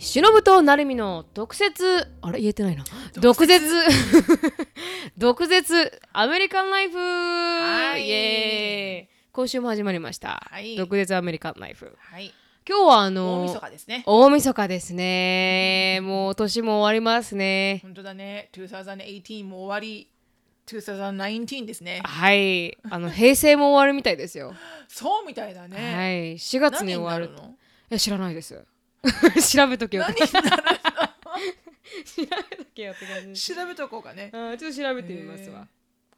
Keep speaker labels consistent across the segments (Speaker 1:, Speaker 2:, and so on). Speaker 1: しのぶとなるみの毒舌あれ言えてないな毒舌 毒舌アメリカンライフ、
Speaker 2: はい
Speaker 1: イエーイ今週も始まりました、
Speaker 2: はい
Speaker 1: 毒舌アメリカンライフ
Speaker 2: はい。
Speaker 1: 今日はあ
Speaker 2: 大
Speaker 1: の
Speaker 2: 晦日ですね。
Speaker 1: 大晦日ですねもう年も終わりますね
Speaker 2: 本当だね。2018も終わり、2019ですね。
Speaker 1: はいあの平成も終わるみたいですよ、
Speaker 2: そうみたいだ
Speaker 1: は
Speaker 2: ね。
Speaker 1: い4月
Speaker 2: 何
Speaker 1: に
Speaker 2: に
Speaker 1: 終わ
Speaker 2: な
Speaker 1: る
Speaker 2: るの？
Speaker 1: いや知らないです 調べとけよ
Speaker 2: 何 になる
Speaker 1: 調べとけよって 感じ
Speaker 2: の？調べとこうかね。
Speaker 1: あーちょっと調べてみますわ。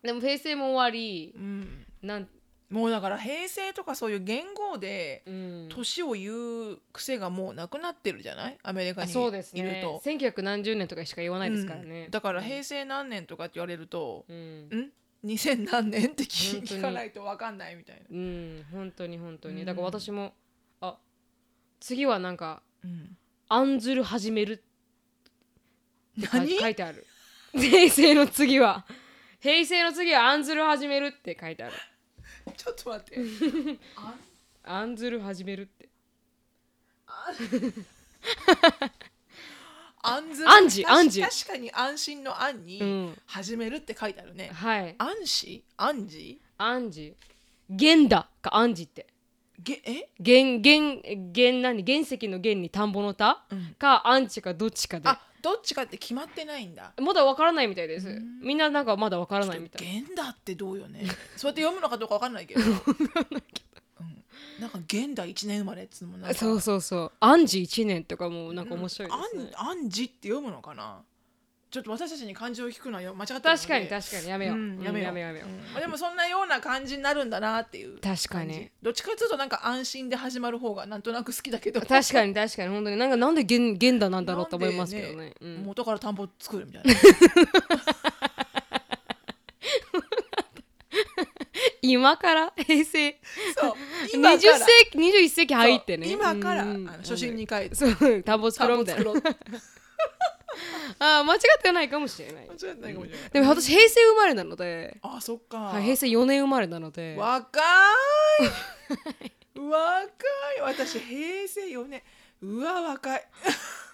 Speaker 1: でも平成も終わり
Speaker 2: う、ん。
Speaker 1: なん、
Speaker 2: もうだから平成とかそういう言語で
Speaker 1: うん、
Speaker 2: 年を言う癖がもうなくなってるじゃない？アメリカ
Speaker 1: あ
Speaker 2: にい
Speaker 1: そうです
Speaker 2: る
Speaker 1: ね
Speaker 2: と。。
Speaker 1: 千九百何十年とかしか言わないですからね。
Speaker 2: うんだから平成何年とかって言われると、
Speaker 1: うん、
Speaker 2: ん？2000何年って聞
Speaker 1: 本当に
Speaker 2: 聞かないとわかんないみたいな。
Speaker 1: うん、本当に本当
Speaker 2: う
Speaker 1: に。
Speaker 2: ん
Speaker 1: だから私も、あ、次はなんか
Speaker 2: うん。
Speaker 1: 案ずる始めるって書い
Speaker 2: 何
Speaker 1: 書いてある。平成の次は。平成の次は案ずる始めるって書いてある。
Speaker 2: ちょっと待って。あ
Speaker 1: 案ずる始めるって。
Speaker 2: 安全
Speaker 1: 安心安心
Speaker 2: 確かに安心の安
Speaker 1: う
Speaker 2: に
Speaker 1: ん。
Speaker 2: 始めるって書いてあるね、
Speaker 1: はい。
Speaker 2: 安心安心
Speaker 1: 暗示。現だか暗示って。
Speaker 2: げえ、
Speaker 1: 原原原何原石の原に田んぼの田かアンチかどっちかで
Speaker 2: あどっちかって決まってないんだ
Speaker 1: まだわからないみたいです
Speaker 2: うん
Speaker 1: みんななんかまだわからないみたい
Speaker 2: 現代ってどうよねそうやって読むのかどうかわかんない けどうんなんか現代一年生まれっつうのもなん
Speaker 1: な
Speaker 2: か
Speaker 1: そうそうそうアンジ1年とかもなんか面白いですね
Speaker 2: うん安安心って読むのかなちょっと私たちに漢字を聞くのはよ間違ってるので
Speaker 1: 確かに確かにやめよう
Speaker 2: うん
Speaker 1: や
Speaker 2: や
Speaker 1: め
Speaker 2: め
Speaker 1: よ
Speaker 2: よ
Speaker 1: う
Speaker 2: うん
Speaker 1: やめよう
Speaker 2: うんでもそんなような感じになるんだなっていう
Speaker 1: 確か
Speaker 2: 感
Speaker 1: に
Speaker 2: じどっちかっていうとなんか安心で始まる方がなんとなく好きだけど
Speaker 1: 確かに確かに本当になんかなんで原原だなんだろうと思いますけどねうん
Speaker 2: 元から田んぼ作るみたい な
Speaker 1: 今から平成
Speaker 2: そう今
Speaker 1: 20
Speaker 2: か
Speaker 1: 世
Speaker 2: ら
Speaker 1: 紀21世紀入ってね
Speaker 2: そう今からあ
Speaker 1: うん
Speaker 2: の初心に帰って
Speaker 1: そう田んぼ作
Speaker 2: 田
Speaker 1: ろうん
Speaker 2: ぼ
Speaker 1: みたい
Speaker 2: 作
Speaker 1: な
Speaker 2: ろう間違
Speaker 1: あー間違ってないかもしれない
Speaker 2: ってないかもしれない
Speaker 1: でも私平成生まれなので
Speaker 2: あそっか
Speaker 1: はい、平成4年生まれなので
Speaker 2: 若い若い私平成4年うわ若い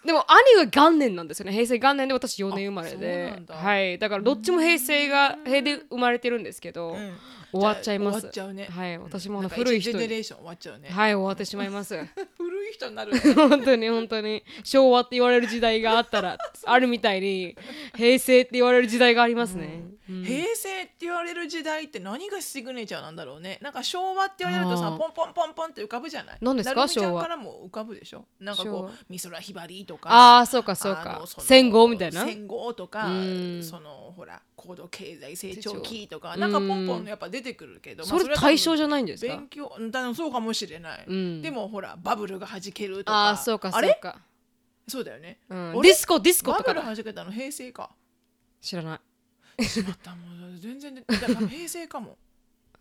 Speaker 1: でも兄が元年なんですよね平成元年で私4年生まれ
Speaker 2: あそうな
Speaker 1: で
Speaker 2: んだ
Speaker 1: はい、だからどっちも平成が平で生まれてるんですけど、
Speaker 2: うん
Speaker 1: 終わっちゃいます
Speaker 2: 終わっちゃうね
Speaker 1: はい、私もあの
Speaker 2: なんか
Speaker 1: 古い人
Speaker 2: 一ジェネ
Speaker 1: に
Speaker 2: レーション終わっちゃうね
Speaker 1: はい終わってしまいます
Speaker 2: 古い人になるね
Speaker 1: 本当に本当に昭和って言われる時代があったらあるみたいに平成って言われる時代がありますね、うん
Speaker 2: 平成って言われる時代って何がシグネチャーなんだろうねなんか昭和って言われると
Speaker 1: あ
Speaker 2: さ
Speaker 1: ー
Speaker 2: ポンポンポンポンって浮かぶじゃない
Speaker 1: 何ですか
Speaker 2: なるみちゃん
Speaker 1: 昭和
Speaker 2: からも浮かぶでしょなんか
Speaker 1: 昭
Speaker 2: こ
Speaker 1: 和
Speaker 2: う美空ひばりとか
Speaker 1: ああそうかそうか
Speaker 2: のその
Speaker 1: 戦後みたいな
Speaker 2: 戦後とか
Speaker 1: うん
Speaker 2: そのほら高度経済成長期とか
Speaker 1: うん
Speaker 2: なんかポンポンやっぱ出てくるけど
Speaker 1: それ対象
Speaker 2: じ
Speaker 1: じゃないんですか
Speaker 2: 勉強うんだそうかもしれない、
Speaker 1: うん
Speaker 2: でもほらバブルがはじけるとか
Speaker 1: ああーそうかそ
Speaker 2: あ
Speaker 1: う
Speaker 2: れ
Speaker 1: か、
Speaker 2: そうだよね
Speaker 1: うん、
Speaker 2: あ
Speaker 1: デ
Speaker 2: れ
Speaker 1: ィスコディスコ
Speaker 2: バ
Speaker 1: と
Speaker 2: ブ
Speaker 1: か
Speaker 2: ル
Speaker 1: だ
Speaker 2: はじけたの平 成か
Speaker 1: 知らない
Speaker 2: しまったもう全然でだから平成かも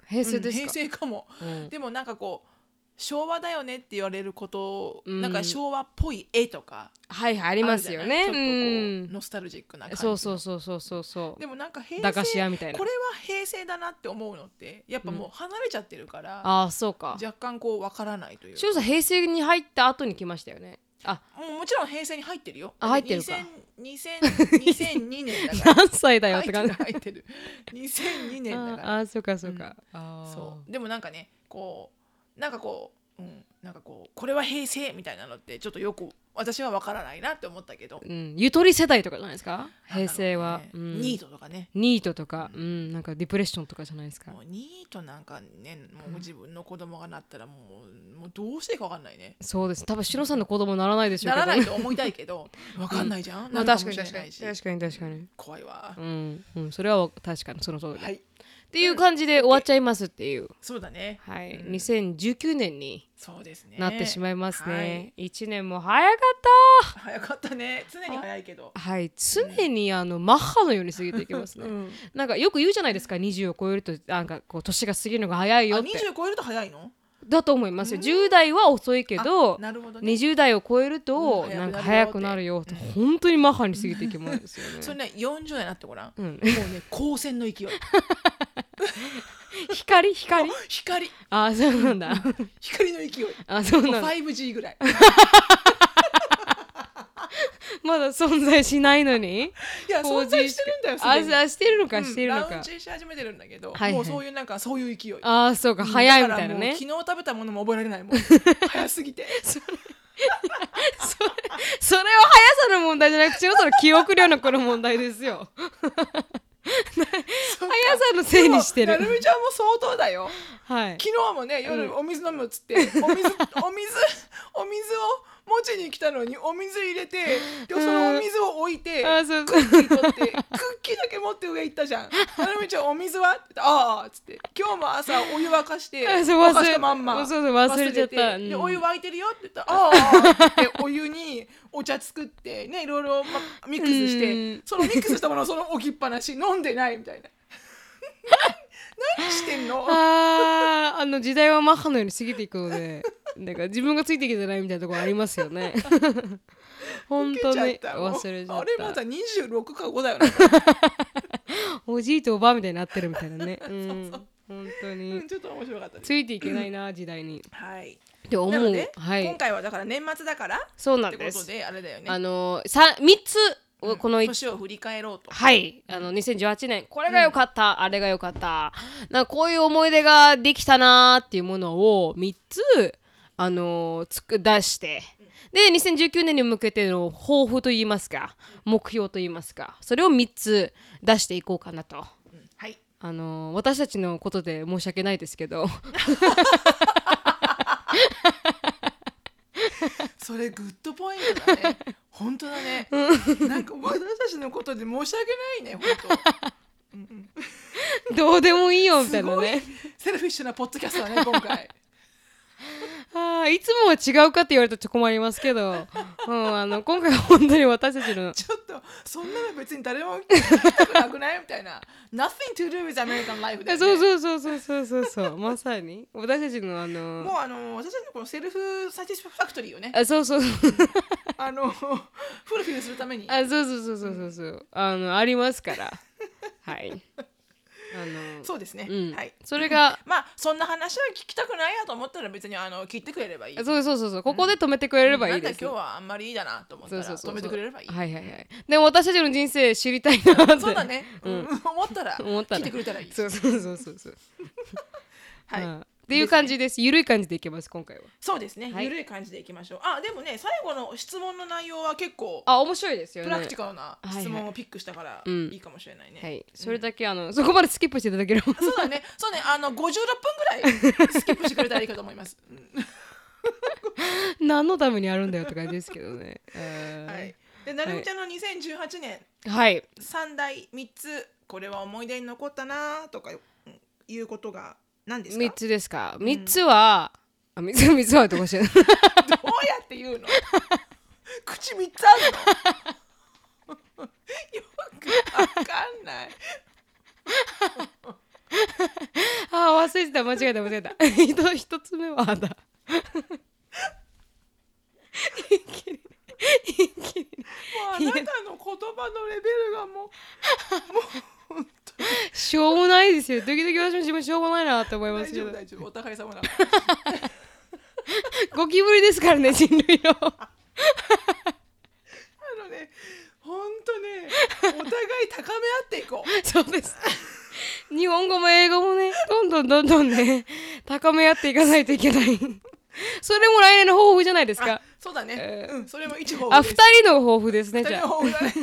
Speaker 1: 平成ですか、
Speaker 2: うん平成かも
Speaker 1: うん
Speaker 2: でもなんかこう昭和だよねって言われること、
Speaker 1: うん
Speaker 2: なんか昭和っぽい絵とか
Speaker 1: はいはいあ
Speaker 2: あ
Speaker 1: りますよね
Speaker 2: るじゃないちょっとこ
Speaker 1: う
Speaker 2: う、
Speaker 1: ん
Speaker 2: ノスタルジックな感じ
Speaker 1: そうそうそうそうそうそう
Speaker 2: でもなんか平成
Speaker 1: 駄菓子屋みたいな
Speaker 2: これは平成だなって思うのってやっぱもう離れちゃってるから、
Speaker 1: ああそうか
Speaker 2: 若干こうわからないという
Speaker 1: しおさん平成に入った後に来ましたよねあ
Speaker 2: もうもちろん平成に入ってるよ
Speaker 1: あ入ってるか
Speaker 2: 2000 2002年だから
Speaker 1: 何歳だよって
Speaker 2: 入って
Speaker 1: 感
Speaker 2: る
Speaker 1: じ
Speaker 2: 入ってる
Speaker 1: あ
Speaker 2: 2002年だから
Speaker 1: ーあーそうかそうか、あー
Speaker 2: そうでもなんかねこうなんかこう、うん、なんかこうこれは平成みたいなのってちょっとよく私はわからないなって思ったけど
Speaker 1: うん、ゆとり世代とかじゃないですか平成は、
Speaker 2: なんだ
Speaker 1: う
Speaker 2: ろうね
Speaker 1: ん、
Speaker 2: ニートとかね
Speaker 1: ニートとか、うん、なんかディプレッションとかじゃないですか
Speaker 2: もうニートなんかねもう自分の子供がなったらもうもうどうしていいかわかんないね
Speaker 1: そうです多分しのさんの子供ならないでしょう
Speaker 2: な
Speaker 1: けど
Speaker 2: らないと思いたいけどわかんないじゃ ん、
Speaker 1: まあ
Speaker 2: なる
Speaker 1: 確
Speaker 2: も
Speaker 1: かに確
Speaker 2: しれ
Speaker 1: か
Speaker 2: な
Speaker 1: に
Speaker 2: いし
Speaker 1: 確かに確かに
Speaker 2: 怖いわ、
Speaker 1: うん、うん、それは確かにその通り、
Speaker 2: はい
Speaker 1: っていう感じで終わっちゃいますっていう
Speaker 2: そうだね
Speaker 1: はい、
Speaker 2: うん
Speaker 1: 2019年に
Speaker 2: そうですね
Speaker 1: なってしまいます
Speaker 2: は
Speaker 1: ね
Speaker 2: い。
Speaker 1: 一、年も早かっ
Speaker 2: 早かったね常に早いけど
Speaker 1: た。はい、常にあの、マッハのように過ぎていきますね。
Speaker 2: ん
Speaker 1: なんかよく言うじゃないですか、20を超えるとなんかこう年が過ぎるのが早い
Speaker 2: あ
Speaker 1: よっ
Speaker 2: 20
Speaker 1: て。
Speaker 2: 超えると早いの
Speaker 1: だと思いますよ。10代は遅いけど、
Speaker 2: なるほどね
Speaker 1: 20代を超えると、
Speaker 2: うん
Speaker 1: なんか早
Speaker 2: 早
Speaker 1: く
Speaker 2: く
Speaker 1: な
Speaker 2: な
Speaker 1: る
Speaker 2: る
Speaker 1: よって、本当にマッハに過ぎていきますよね。
Speaker 2: それね40代になってごらん、
Speaker 1: うん
Speaker 2: もうね光 線の勢い
Speaker 1: 光光
Speaker 2: 光
Speaker 1: あそうなんだ。
Speaker 2: 光の勢いも
Speaker 1: あそう
Speaker 2: う
Speaker 1: なんだ。
Speaker 2: 5G ぐらい
Speaker 1: まだ存在しないのに
Speaker 2: いや
Speaker 1: 工
Speaker 2: 存
Speaker 1: 事
Speaker 2: 在してるんだよ
Speaker 1: あ
Speaker 2: すでに
Speaker 1: あしてるの
Speaker 2: う
Speaker 1: か
Speaker 2: ん
Speaker 1: してるの
Speaker 2: ラウ
Speaker 1: か
Speaker 2: ン、ジし始めてるんだけど、
Speaker 1: はいはい
Speaker 2: もうそういうなんかそういう勢い
Speaker 1: ああそうか早いみたいなね
Speaker 2: だからもう昨日食べたものも覚えら れないもん早すぎて
Speaker 1: それそれは速さの問題じゃなくてその記憶力のこの問題ですよ
Speaker 2: 速
Speaker 1: 速さのせいにして
Speaker 2: なる
Speaker 1: る
Speaker 2: みちゃんも相当だよ
Speaker 1: はい
Speaker 2: 昨日も
Speaker 1: う
Speaker 2: ね
Speaker 1: ん
Speaker 2: 夜お水飲むっつって、 お水お水お水を持ちに来たのにお水入れてでそのお水を置いて、
Speaker 1: あー そう
Speaker 2: クッキー取ってクッキーだけ持って上行った じゃん。なるみちゃんお水はって言ってああっつって今日も朝お湯沸かして
Speaker 1: あ そう
Speaker 2: 沸
Speaker 1: 忘
Speaker 2: かし
Speaker 1: れ
Speaker 2: たまんま
Speaker 1: そうそう忘れちゃった
Speaker 2: 忘れてで
Speaker 1: うん
Speaker 2: お湯沸いてるよって言ったらああああってお湯にお茶作ってねいろいろ、ま、ミックスし
Speaker 1: う
Speaker 2: て
Speaker 1: ん
Speaker 2: そのミックスしたものをその置きっぱなし飲んでないみた いな。何してんの
Speaker 1: あーあの時代はマッハのように過ぎていくのでなんか自分がついていけてないみたいなところありますよ ね本当
Speaker 2: 受
Speaker 1: ね
Speaker 2: けちゃったもう
Speaker 1: 忘れちゃった
Speaker 2: あれまだ26か5だよね、
Speaker 1: おじいとおばあみたいになってるみたいな ねうん本当
Speaker 2: う
Speaker 1: に
Speaker 2: んちょっと面白か ったです
Speaker 1: ついていけないな時代に
Speaker 2: はい
Speaker 1: って思
Speaker 2: なので
Speaker 1: う、はい
Speaker 2: 今回はだから年末だからっ
Speaker 1: そうなん
Speaker 2: て
Speaker 1: で
Speaker 2: こと
Speaker 1: す
Speaker 2: であれだよね
Speaker 1: あのさ三つをこの一
Speaker 2: 年を振り返ろうと。
Speaker 1: はい、あの2018年これが良かった、あれが良かったなんかこういう思い出ができたなーっていうものを3つ、あのーつく出してで2019年に向けての抱負といいますか目標といいますかそれを3つ出していこうかなと。
Speaker 2: うんはい。
Speaker 1: あのー私たちのことで申し訳ないですけど
Speaker 2: それグッドポイン トだね。本当だね。なんか私たちのことで申し訳ないね。 本
Speaker 1: どうでもいいよ
Speaker 2: 当。
Speaker 1: みた
Speaker 2: す
Speaker 1: いな
Speaker 2: ごい
Speaker 1: ね
Speaker 2: セルフィッシュなポッドキャストだね今回。
Speaker 1: あーいつもは違うかって言われたらちょっと困りますけど、うん、あの今回は本当に私たちの
Speaker 2: ちょっとそんなの別に誰も聞きたくなくないみたいな。Nothing to do with American life だよね。
Speaker 1: そうそうそうそうそうそうそうまさに私たちのあの
Speaker 2: もうあの私たちのこのセルフサティスファクトリ ーをね、
Speaker 1: あそうそう
Speaker 2: あのフルフィルするために、
Speaker 1: あそうそうそうそうそうそうあのありますからはいあの
Speaker 2: そうですね、
Speaker 1: うん、
Speaker 2: はい。
Speaker 1: それが
Speaker 2: まあそんな話は聞きたくないやと思ったら別にあの聞いてくれればいい
Speaker 1: あ。そうそうそうそうここで止めてくれればいい
Speaker 2: な
Speaker 1: で
Speaker 2: んだ
Speaker 1: す、
Speaker 2: 今日はあんまりいいだなと思った
Speaker 1: そう
Speaker 2: ら
Speaker 1: そうそう
Speaker 2: 止めてくれればいい。
Speaker 1: はいはいはいでも私たちの人生知りたいなって
Speaker 2: そうだね。うん 思ったら
Speaker 1: 思ったら
Speaker 2: 来てくれたらいい。
Speaker 1: そうそうそうそうそう
Speaker 2: はい
Speaker 1: うんっていう感じですゆるい感じでいけます今回は
Speaker 2: そうですね。
Speaker 1: はい
Speaker 2: ゆるい感じでいきましょう。あでもね最後の質問の内容は結構
Speaker 1: あ面白いですよ
Speaker 2: プ
Speaker 1: ね
Speaker 2: ラクティカルな質
Speaker 1: はい
Speaker 2: 問をピックしたから
Speaker 1: うん
Speaker 2: いいかもしれないね。
Speaker 1: はいそれだけあのそこまでスキップしていただけ れば
Speaker 2: そうだ ね。そうね。あの56分ぐらいスキップしてくれたらいいかと思います。うん
Speaker 1: 何のためにあるんだよって感じですけどねうん
Speaker 2: はい。でなるみちゃんの2018年
Speaker 1: はい
Speaker 2: 三大三つこれは思い出に残ったなとかうんいうことが何ですか。
Speaker 1: 三つですか。三つは、あ三つ三 つはどうしよう。
Speaker 2: どうやって言うの 口三つあるの よくわかんない
Speaker 1: あ忘れてた間違えた間違えた。 一一つ目はあだ。
Speaker 2: もうあなたの言葉のレベルがもう
Speaker 1: しょうもないですよ。時々私も自分しょうもないなと思いま
Speaker 2: 大
Speaker 1: すけ
Speaker 2: 丈
Speaker 1: ど
Speaker 2: 夫。大丈夫お互い様なの
Speaker 1: ゴキブリです からね人類の。
Speaker 2: あのねほんとねお互い高め合っていこう
Speaker 1: そうです。日本語も英語もね、どんどんどんどんね、高め合っていかないといけない。それも来年の抱負じゃないです
Speaker 2: あ
Speaker 1: か。
Speaker 2: そうだね、
Speaker 1: えー
Speaker 2: うんそれも一方
Speaker 1: あ、二人の抱負ですね、
Speaker 2: 二
Speaker 1: じ
Speaker 2: 人
Speaker 1: ゃ
Speaker 2: の
Speaker 1: あ。
Speaker 2: 方がね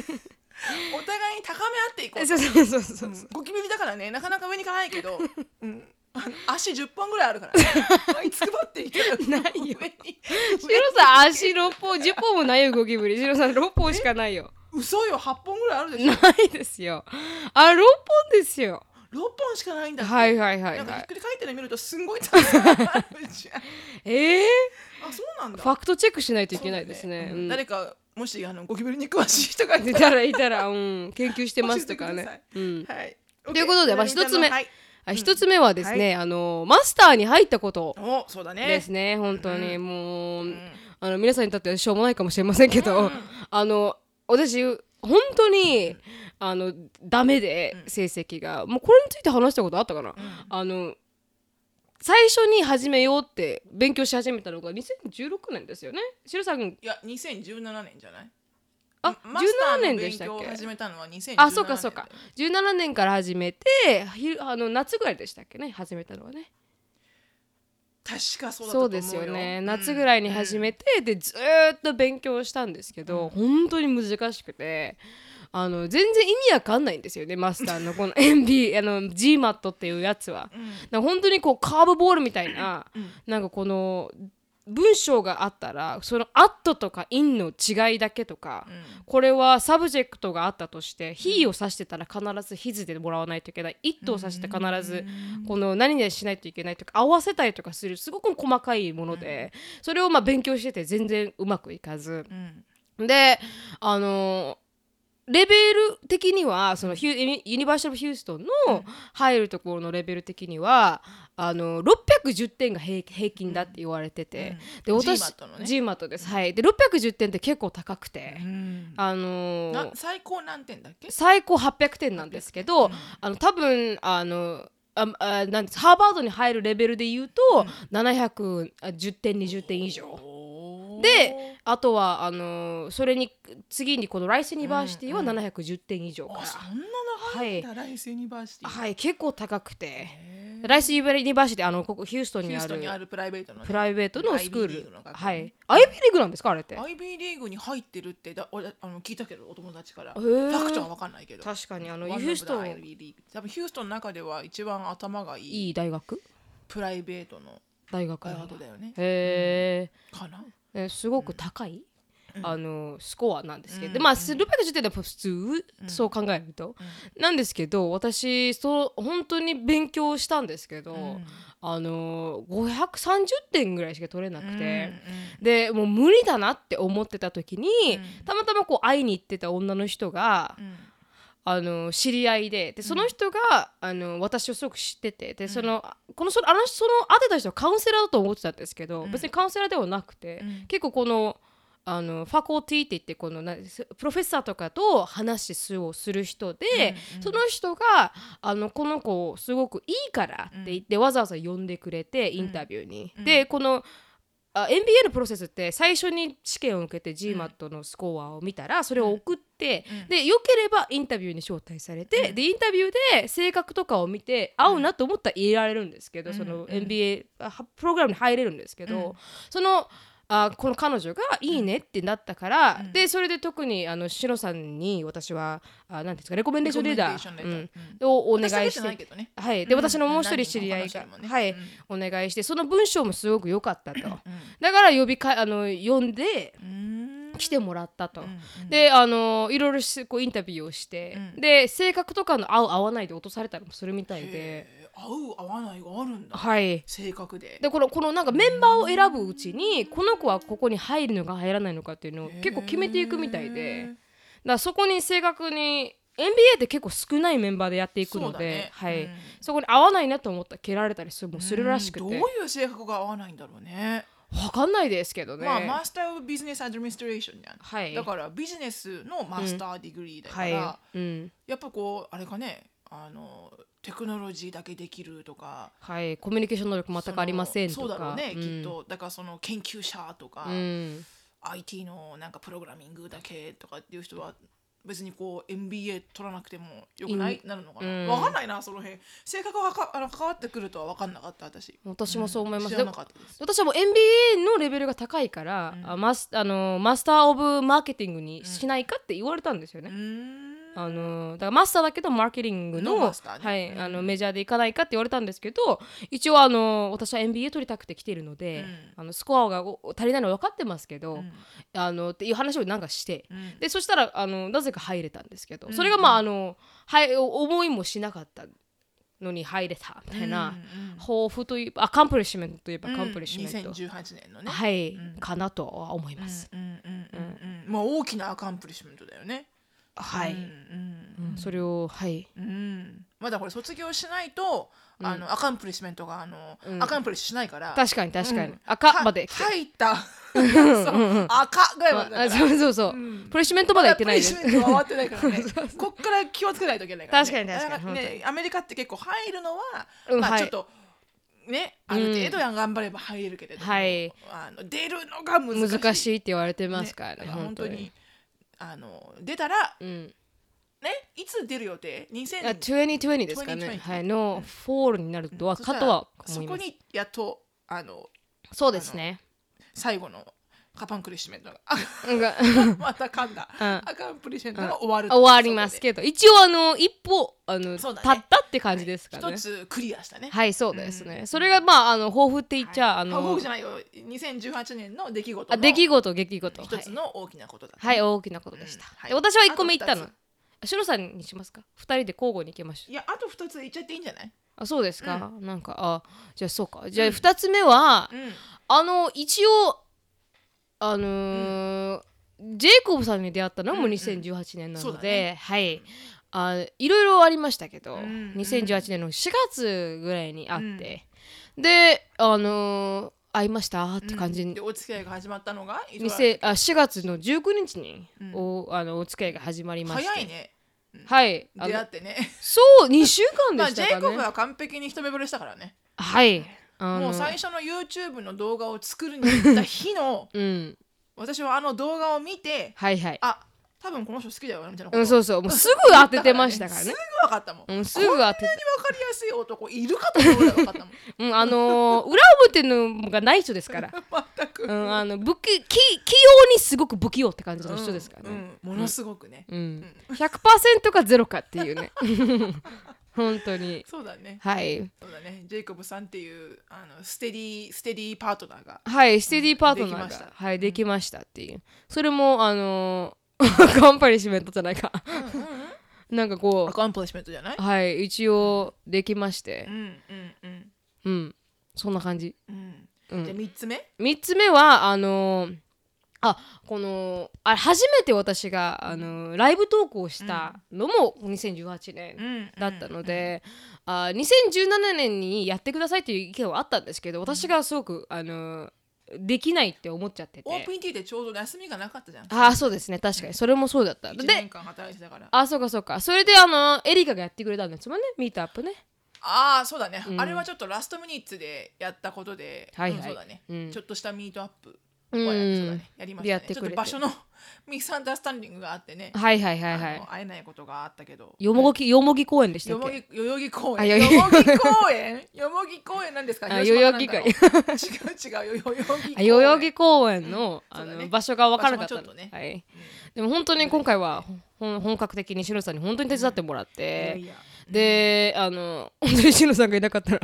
Speaker 2: お互いに高め合っていこう
Speaker 1: そうそうそうそう。
Speaker 2: ゴキブリだからねなかなか上に行かないけど、 うん、あの足10本 ぐらいあるからねはいつくばっていける
Speaker 1: ないよ
Speaker 2: 上に
Speaker 1: シロさん足6本10本もないよゴキブリシロさん6本しかないよ
Speaker 2: 嘘よ8本ぐらいあるでしょ
Speaker 1: な
Speaker 2: 6
Speaker 1: いですよあ6本ですよ
Speaker 2: 本しかないんだって
Speaker 1: はいはいはい
Speaker 2: なんか
Speaker 1: は
Speaker 2: ひっ
Speaker 1: い
Speaker 2: くり返ってるの見るとすんごい高さが あるじゃん
Speaker 1: えー、
Speaker 2: あそうなんだ
Speaker 1: ファクトチェックしないとい
Speaker 2: そうだ
Speaker 1: け
Speaker 2: よ
Speaker 1: ないですね
Speaker 2: う
Speaker 1: うんん
Speaker 2: 誰かもしあのゴキブリに詳しい人がい
Speaker 1: い
Speaker 2: たら
Speaker 1: たらいたら、うん、研究してますとか
Speaker 2: 教え
Speaker 1: ね
Speaker 2: て、
Speaker 1: うん、
Speaker 2: はい
Speaker 1: ということでまあ
Speaker 2: OK
Speaker 1: 一つ目
Speaker 2: はい
Speaker 1: あ一つ目はですね、あのマスターに入ったこと
Speaker 2: おそうだね
Speaker 1: ですね本当にもう、
Speaker 2: うん
Speaker 1: あの皆さんにとってはしょうもないかもしれませんけど、あの私本当に、あのダメで成績が、もうこれについて話したことあったかな、あの最初に始めようって勉強し始めたのが2016年ですよね。シルさん
Speaker 2: いや2017年じゃない
Speaker 1: ああ
Speaker 2: マスター
Speaker 1: 17年
Speaker 2: の
Speaker 1: でしたっ
Speaker 2: 勉強を
Speaker 1: け
Speaker 2: 始めたのは2017年
Speaker 1: あそうかそうか17年から始めてひあの夏ぐらいでしたっけね始めたのはね
Speaker 2: 確かそうだったと
Speaker 1: そ
Speaker 2: 思うよ
Speaker 1: うですよね夏ぐらいに始めて、でずーっと勉強したんですけど、本当に難しくてあの全然意味わかんないんですよねマスターのこの MB あの GMAT っていうやつは。
Speaker 2: うん、うん
Speaker 1: なんか本当にこうカーブボールみたいな、
Speaker 2: うん
Speaker 1: なんかこの文章があったらその「アット」とか「イン」の違いだけとか、
Speaker 2: うん
Speaker 1: これはサブジェクトがあったとして「ひ」を指してたら必ず「ひず」でもらわないといけない「イット」を指して必ずこの何々しないといけないとか合わせたりとかするすごく細かいもので、それをまあ勉強してて全然うまくいかず。
Speaker 2: うん
Speaker 1: であのレベル的にはそのヒューユニユニバーシャル・ヒューストンの入るところのレベル的にはあの610点が平平均だって言われてて、で
Speaker 2: うん
Speaker 1: 私
Speaker 2: GMAT のね
Speaker 1: GMAT ですはいで610点って結構高くて、
Speaker 2: うん
Speaker 1: あの
Speaker 2: な最高何点だっけ
Speaker 1: 最高800点なんですけど、
Speaker 2: うん
Speaker 1: あの多分あのああなんですハーバードに入るレベルで言うと、710点20点以上。
Speaker 2: おー
Speaker 1: であとはあのーそれに次にこのライスユニバーシティは
Speaker 2: うんうん
Speaker 1: 710点以上から、
Speaker 2: あそんなの入ったライスユニバーシティ
Speaker 1: はい結構高くて
Speaker 2: へー
Speaker 1: ライスユニバーシティあのここヒューストン
Speaker 2: ヒ
Speaker 1: に
Speaker 2: ュー
Speaker 1: あ
Speaker 2: ストンにあ
Speaker 1: る
Speaker 2: るプライベートのね
Speaker 1: プライベートのスクー
Speaker 2: IB リ
Speaker 1: ル
Speaker 2: ーグの学校ね
Speaker 1: はい IB リーグなんですかあれってへ
Speaker 2: IB リーグに入ってるってだ俺あの聞いたけどお友達からフ
Speaker 1: ー
Speaker 2: ァクトは分かんないけど
Speaker 1: 確かにあのヒ
Speaker 2: ワンオブ
Speaker 1: ュースト
Speaker 2: ザ
Speaker 1: ン
Speaker 2: IB リーグ多分ヒューストンの中では一番頭がいい
Speaker 1: いい大学
Speaker 2: プライベートの
Speaker 1: 大学
Speaker 2: ガ
Speaker 1: な
Speaker 2: ー
Speaker 1: んだ
Speaker 2: ドだよね
Speaker 1: へ
Speaker 2: かな
Speaker 1: ーえすごく高い、
Speaker 2: うん
Speaker 1: あのスコアなんですけど、
Speaker 2: うん
Speaker 1: まあ
Speaker 2: うん
Speaker 1: 610点で普通、そう考えると、なんですけど私そう本当に勉強したんですけど、
Speaker 2: うん
Speaker 1: あのー530点ぐらいしか取れなくて、
Speaker 2: う
Speaker 1: でもう無理だなって思ってた時に、
Speaker 2: うん
Speaker 1: たまたまこう会いに行ってた女の人が、
Speaker 2: んうん
Speaker 1: あのー知り合いででその人が、あのー私をすごく知っててでそのこのそのあのその会ってた人はカウンセラーだと思ってたんですけど、
Speaker 2: うん
Speaker 1: 別にカウンセラーではなくて、
Speaker 2: うん
Speaker 1: 結構この。あのファコティって言ってこのなプロフェッサーとかと話しをする人で、
Speaker 2: うん
Speaker 1: その人があのこの子すごくいいからって言って、わざわざ呼んでくれてインタビューに。
Speaker 2: うん
Speaker 1: でこのあ MBA のプロセスって最初に試験を受けて GMAT のスコアを見たらそれを送って、
Speaker 2: うん
Speaker 1: で良ければインタビューに招待されて、
Speaker 2: うん
Speaker 1: でインタビューで性格とかを見て合うなと思ったら入れられるんですけど、
Speaker 2: うん
Speaker 1: その
Speaker 2: うん
Speaker 1: MBA あはプログラムに入れるんですけど、
Speaker 2: うん
Speaker 1: そのあこの彼女が「いいね」ってなったから、
Speaker 2: うん
Speaker 1: でそれで特にあのシロさんに私はあなんていうんですかレコメンデーションレー
Speaker 2: レコ
Speaker 1: ダ
Speaker 2: メンデーションレ
Speaker 1: ー
Speaker 2: ーダ
Speaker 1: うん
Speaker 2: ー
Speaker 1: をお願
Speaker 2: 私だけ
Speaker 1: い
Speaker 2: じ
Speaker 1: し
Speaker 2: ゃない
Speaker 1: て。
Speaker 2: けどね
Speaker 1: はい、で
Speaker 2: うん
Speaker 1: 私のもう一人知り合い
Speaker 2: 何人
Speaker 1: が、
Speaker 2: かの話だもんね
Speaker 1: はい、お願いしてその文章もすごく良かったと
Speaker 2: う
Speaker 1: だから呼びかあの呼んで
Speaker 2: ん
Speaker 1: 来てもらったと、
Speaker 2: うん
Speaker 1: であのいろいろしこうインタビューをして、
Speaker 2: うん
Speaker 1: で性格とかの合う合わないで落とされたりもするみたいで
Speaker 2: へー合う合わないがあるんだ
Speaker 1: はい
Speaker 2: 性格で
Speaker 1: でこのこのなんかメンバーを選ぶうちにこの子はここに入るのか入らないのかっていうのを結構決めていくみたいでだからそこに正確に NBA って結構少ないメンバーでやっていくので
Speaker 2: そうだね
Speaker 1: はい
Speaker 2: うん
Speaker 1: そこに合わないなと思ったら蹴られたりするもうするらしく
Speaker 2: うん
Speaker 1: て
Speaker 2: どういう性格が合わないんだろうね
Speaker 1: 分かんないですけどね、
Speaker 2: まあマスター・オブ・ビジネス・アドミニストレーションじゃん、
Speaker 1: はい
Speaker 2: だからビジネスのマスターディグリーだから、
Speaker 1: はい、うん
Speaker 2: やっぱこうあれかねあのテクノロジーだけできるとか
Speaker 1: はい、コミュニケーション能力全くありませんとか
Speaker 2: そのそうだろうね、
Speaker 1: ん
Speaker 2: きっとだからその研究者とか、
Speaker 1: うん
Speaker 2: IT のなんかプログラミングだけとかっていう人は別にこう MBA 取らなくてもよくないなるのかな、
Speaker 1: うん
Speaker 2: わかんないなその辺性格がかあの関わってくるとは分かんなかった私
Speaker 1: 私もそう思います、
Speaker 2: 知
Speaker 1: で
Speaker 2: らな
Speaker 1: も
Speaker 2: かったです
Speaker 1: 私はもう MBA のレベルが高いから、
Speaker 2: うん
Speaker 1: あマスあのマスター・オブ・マーケティングにしないかって言われたんですよね。
Speaker 2: うーん
Speaker 1: あのだからマスターだけどマーケティングの
Speaker 2: のマスターね
Speaker 1: はい
Speaker 2: うん
Speaker 1: あのメジャーで行かないかって言われたんですけど一応あの私は MBA 取りたくて来てるので、あのスコアがお足りないの分かってますけど、
Speaker 2: うん
Speaker 1: あのっていう話をなんかして、
Speaker 2: うん
Speaker 1: でそしたらあのなぜか入れたんですけど、
Speaker 2: うん
Speaker 1: それがまああの、はい、お思いもしなかったのに入れたみたいな、
Speaker 2: うんうん
Speaker 1: 抱負といえばアカンプリッシュメントといえばアカンプリッシュメント、
Speaker 2: 2018年のね、
Speaker 1: はい、
Speaker 2: うん
Speaker 1: かなとは思い
Speaker 2: うん
Speaker 1: ます、
Speaker 2: うんうんうんうんまあ大きなアカンプリッシュメントだよね。
Speaker 1: はい、
Speaker 2: うんうん
Speaker 1: うんそれをはい
Speaker 2: うんまだこれ卒業しないと、あのアカンプリッシュメントがあの、
Speaker 1: うん
Speaker 2: アカンプリッシュしないから。
Speaker 1: 確かに確かに、
Speaker 2: うん
Speaker 1: 赤まで来て、
Speaker 2: 入った。そう赤ぐらいまで
Speaker 1: あ
Speaker 2: だ
Speaker 1: あ
Speaker 2: から。
Speaker 1: そうそうそう、
Speaker 2: うん
Speaker 1: プリッシュメントまでは行っ
Speaker 2: プ
Speaker 1: て
Speaker 2: リ
Speaker 1: ない
Speaker 2: ッ
Speaker 1: で
Speaker 2: シ
Speaker 1: す
Speaker 2: ュメントが終わってないからね。こっから気をつけないといけないから、ね。
Speaker 1: 確かに確かに
Speaker 2: だら
Speaker 1: 本当
Speaker 2: ね、アメリカって結構入るのは、
Speaker 1: うん
Speaker 2: ま
Speaker 1: は
Speaker 2: あ
Speaker 1: い
Speaker 2: ちょっと。ね、ある程度は頑張れば入れるけれども、
Speaker 1: はい
Speaker 2: あの出るのが難しい
Speaker 1: 難しいって言われてますからね
Speaker 2: だから
Speaker 1: 本
Speaker 2: 本
Speaker 1: 当
Speaker 2: 当
Speaker 1: に
Speaker 2: にあの出たら
Speaker 1: うん、
Speaker 2: ねいつ出る予定
Speaker 1: あ
Speaker 2: 2000
Speaker 1: 2020ですかね
Speaker 2: 2020
Speaker 1: はいのフォールになるとは
Speaker 2: そした
Speaker 1: からとは
Speaker 2: そ
Speaker 1: 思い
Speaker 2: こ
Speaker 1: ます
Speaker 2: にやっとあの
Speaker 1: そうですね
Speaker 2: 最後のカパンクリッシュメン トが
Speaker 1: うんが
Speaker 2: また噛んだ、
Speaker 1: うん
Speaker 2: アカンプリシメントが終わる、
Speaker 1: 終わりますけど一応あの一歩あの、立
Speaker 2: そう
Speaker 1: っ
Speaker 2: だね
Speaker 1: たって感じですか
Speaker 2: はい
Speaker 1: ね
Speaker 2: 一つクリアしたね
Speaker 1: はいそうですね、それがまああの抱負って言っちゃ、あ
Speaker 2: 報
Speaker 1: の
Speaker 2: 告じゃないよ2018年の出来事
Speaker 1: あ
Speaker 2: の
Speaker 1: 出来事出来事
Speaker 2: 一つ
Speaker 1: はい、
Speaker 2: の大きなことだった
Speaker 1: はい、大きなことでした、
Speaker 2: うんはい
Speaker 1: で私は1個目
Speaker 2: あと
Speaker 1: 言ったの
Speaker 2: 二
Speaker 1: シロさんにしますか二人で交互に行きましょう
Speaker 2: いやあと2つ言っちゃっていいんじゃない、
Speaker 1: あそうですか、なんかあじゃあそうかじゃあ2つ目は、あの一応あのージェイコブさんに出会ったのも
Speaker 2: うんうん
Speaker 1: 2018年な
Speaker 2: そう
Speaker 1: の
Speaker 2: だ
Speaker 1: で、
Speaker 2: ね
Speaker 1: はいあいろいろありましたけど、
Speaker 2: うんうん
Speaker 1: 2018年の4月ぐらいに会って、であのー会いましたって感じ
Speaker 2: うん
Speaker 1: に
Speaker 2: で、お付き合いが始まったのがいつだ
Speaker 1: 店あ4月の19日に
Speaker 2: うん
Speaker 1: おあのお付き合いが始まりまして
Speaker 2: 早いね
Speaker 1: はいあの
Speaker 2: 出会ってね
Speaker 1: そう2週間
Speaker 2: ま
Speaker 1: で
Speaker 2: あ
Speaker 1: し
Speaker 2: ジ
Speaker 1: た
Speaker 2: ェ
Speaker 1: か
Speaker 2: イ
Speaker 1: ね、
Speaker 2: コブは完璧に一目惚れしたからね
Speaker 1: はいあの
Speaker 2: もう最初の YouTube の動画を作るに行った日の
Speaker 1: うん
Speaker 2: 私はあの動画を見て
Speaker 1: はいはい。
Speaker 2: あ多分この人好きだよなみたいなこと
Speaker 1: うん、そうそう。もうすぐ当ててましたからね
Speaker 2: す。ぐ分かったもん、
Speaker 1: うん、すぐ当てて。
Speaker 2: 分かりやすい男いるかと思うぐらい分かったもん
Speaker 1: うん、あのー、裏表のがない人です から。
Speaker 2: 全く、
Speaker 1: うん、あの、不器、器器用にすごく不器用って感じの人ですから
Speaker 2: うん
Speaker 1: ね。
Speaker 2: うんものすごくね、
Speaker 1: うん。100%か0かっていうね。 本当に。
Speaker 2: そうだね
Speaker 1: はい。
Speaker 2: そうだねジェイコブさんっていうあのステディステディパートナーが
Speaker 1: はい、ステディーパートナ
Speaker 2: できま
Speaker 1: ー
Speaker 2: した
Speaker 1: が、はい、できましたっていう。それも、あのー、 カンパニシメントじゃないか。なんかこ、
Speaker 2: アカンプレッシュメントじゃないう
Speaker 1: はい、一応できまし
Speaker 2: う
Speaker 1: て
Speaker 2: ん。うんうん
Speaker 1: うん。そんな感じ。
Speaker 2: うん
Speaker 1: うん
Speaker 2: じゃあ3つ目
Speaker 1: 3つ目はあのーあこのあ初めて私が、あのーライブ投稿したのも2018年
Speaker 2: ん
Speaker 1: だったので、あ2017年にやってくださいという意見はあったんですけど私がすごく、あのーできないって思っちゃって
Speaker 2: オープ
Speaker 1: て
Speaker 2: ンティーでちょうど休みがなかったじゃん
Speaker 1: ああそうですね確かにそれもそうだった
Speaker 2: 1
Speaker 1: で
Speaker 2: 年間働いてたから
Speaker 1: あそうかそうかそれであのーエリカがやってくれたんですもんねミートアップね
Speaker 2: ああそうだね、
Speaker 1: うん
Speaker 2: あれはちょっとラストミニッツでやったことで、
Speaker 1: はいはい
Speaker 2: うんそうだね、
Speaker 1: うん
Speaker 2: ちょっとしたミートアップ
Speaker 1: う
Speaker 2: はや,、
Speaker 1: ん
Speaker 2: やりました
Speaker 1: や
Speaker 2: ね
Speaker 1: ってくれて
Speaker 2: ちょっと場所の ミスアンダースタンディングがあってね、
Speaker 1: はいはいはいは
Speaker 2: あの
Speaker 1: い
Speaker 2: 会えないことがあったけど
Speaker 1: よもぎよもぎ公園でした
Speaker 2: よ
Speaker 1: っ
Speaker 2: も
Speaker 1: け
Speaker 2: ぎ代々木公
Speaker 1: あ
Speaker 2: 園
Speaker 1: 代
Speaker 2: よ
Speaker 1: 々木
Speaker 2: もぎ公園 よもぎ公園なんですか
Speaker 1: あ
Speaker 2: 広島の
Speaker 1: 代々木か
Speaker 2: なんだろう違う 違うよ代々木公
Speaker 1: あ
Speaker 2: 園
Speaker 1: 代々木公園の,、
Speaker 2: うん
Speaker 1: あ
Speaker 2: そうだ
Speaker 1: の
Speaker 2: ね
Speaker 1: 場所が分からなかった
Speaker 2: 場所
Speaker 1: の、
Speaker 2: がちょっと
Speaker 1: はい、でも本当に今回はほん本格的にしのさんに本当に手伝ってもらっ
Speaker 2: いや
Speaker 1: て、
Speaker 2: いや
Speaker 1: であの本当にしのさんがいなかったら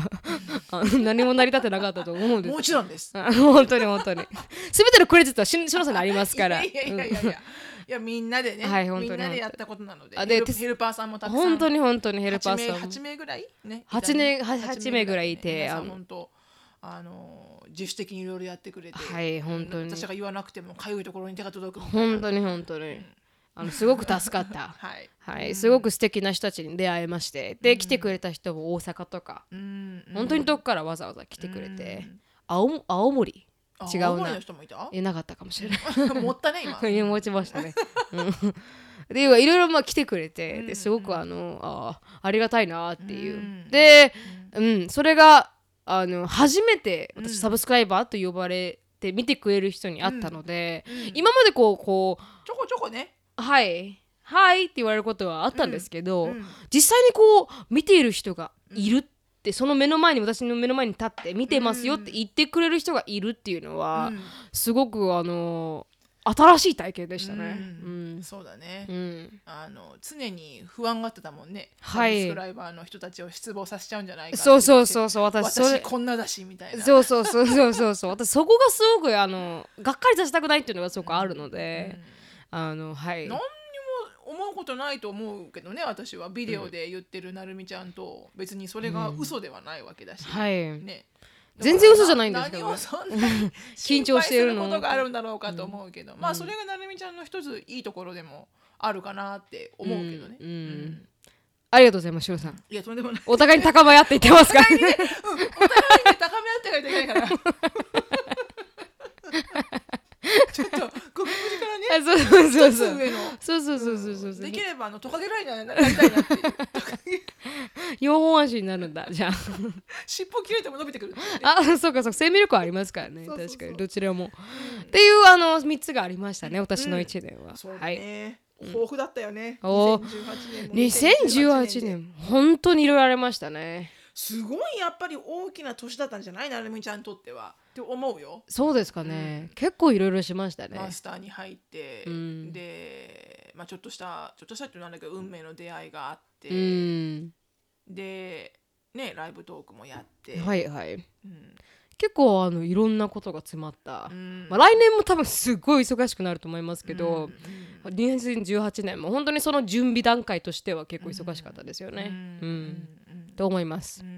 Speaker 1: あの何も成り立ってなかったと思うんです
Speaker 2: もちろんです
Speaker 1: あの本当に本当に全てのクレジットはししのさんにありますから
Speaker 2: いやいやいやいやいやいやみんなでね、
Speaker 1: はい本当に
Speaker 2: みんなでやったことなので
Speaker 1: あで
Speaker 2: ヘル
Speaker 1: 手
Speaker 2: ヘルパーさんもたくさん
Speaker 1: 本当に本当にヘルパーさんも
Speaker 2: 8名 ,8 名ぐらいね
Speaker 1: 八名は八名ぐらいいて
Speaker 2: あ
Speaker 1: あの
Speaker 2: 本当あのー自主的にいろいろやってくれて、
Speaker 1: はい本当に
Speaker 2: 私が言わなくてもかゆいところに手が届くみたいな
Speaker 1: 本当に本当にあのすごく助かった
Speaker 2: はい
Speaker 1: はいすごく素敵な人たちに出会えましてで来てくれた人も大阪とか
Speaker 2: うん
Speaker 1: 本当にどっからわざわざ来てくれて、青青森
Speaker 2: あ
Speaker 1: 違うな
Speaker 2: 青森の人もいた
Speaker 1: えなかったかもしれない
Speaker 2: 持っ たね今
Speaker 1: いや持ちましたね。 うんでいろいろまあ来てくれて、ですごくあのあありがたいなっていう。
Speaker 2: うん
Speaker 1: で、うん、それがあの初めて私サブスクライバーと呼ばれて見てくれる人に会ったので、今までこうこ
Speaker 2: ちょこちょこね
Speaker 1: う「はい」「はい」って言われることはあったんですけど、
Speaker 2: うん
Speaker 1: 実際にこう見ている人がいるって、その目の前に私の目の前に立って見てますよって言ってくれる人がいるっていうのは、すごくあの新しい体験でしたね。
Speaker 2: う
Speaker 1: うん
Speaker 2: そうだね、
Speaker 1: うん、
Speaker 2: あの常に不安がってたもんね、
Speaker 1: はい
Speaker 2: サブスクライバーの人たちを失望させちゃうんじゃないかって
Speaker 1: そうそう
Speaker 2: う
Speaker 1: そうそう私そ
Speaker 2: 私
Speaker 1: れ
Speaker 2: こんなだしみたいな
Speaker 1: そうそうそうそうそうそう私そこがすごくあのがっかりさせたくないっていうのがすごくあるので、あのはい
Speaker 2: なん思うことないと思うけどね私はビデオで言ってるなるみちゃんと別にそれが嘘ではないわけだし、
Speaker 1: はい
Speaker 2: ね
Speaker 1: 全然嘘じゃないんですけど
Speaker 2: 何をそんなに
Speaker 1: 緊張してるの
Speaker 2: 心配すことがあるんだろうかと思うけど、まあそれがなるみちゃんの一ついいところでもあるかなって思うけどね、
Speaker 1: うんありがとうございますしろさん
Speaker 2: いやとんでもない
Speaker 1: お互いに高まり合って言ってますからね
Speaker 2: お互いに高め合ってはいけないからちょっとごめんからね
Speaker 1: あそうそうそう
Speaker 2: 一つ
Speaker 1: そう
Speaker 2: 上の
Speaker 1: そうそうそうそうそうそう
Speaker 2: できればあのトカゲライナーになりたいなっていうトカゲ
Speaker 1: 四本足になるんだ じゃあ
Speaker 2: 尻尾切れても伸びてくるっていうね
Speaker 1: あそうかそうか生命力はありますからね
Speaker 2: そうそうそう
Speaker 1: 確かにどちらも、っていうあの三つがありましたね私の一年は、
Speaker 2: そうだ
Speaker 1: はい
Speaker 2: ね豊富だったよね
Speaker 1: おー
Speaker 2: 2018年も
Speaker 1: 2018年本当にいろいろありましたね
Speaker 2: すごいやっぱり大きな年だったんじゃないなるみちゃんにとってはって思うよ
Speaker 1: そうですかね、結構いろいろしましたね、
Speaker 2: マスターに入って、
Speaker 1: うん
Speaker 2: で、まあ、ちょっとしたちょっとしたってなんだけど運命の出会いがあって、
Speaker 1: うん
Speaker 2: でねライブトークもやって、
Speaker 1: はいはい
Speaker 2: うん
Speaker 1: 結構あのいろんなことが詰まった、
Speaker 2: うん
Speaker 1: まあ、来年も多分すごい忙しくなると思いますけ
Speaker 2: う
Speaker 1: ど
Speaker 2: ん、
Speaker 1: 2018年も本当にその準備段階としては結構忙しかったですよね。うん、
Speaker 2: うん
Speaker 1: と思います。
Speaker 2: うん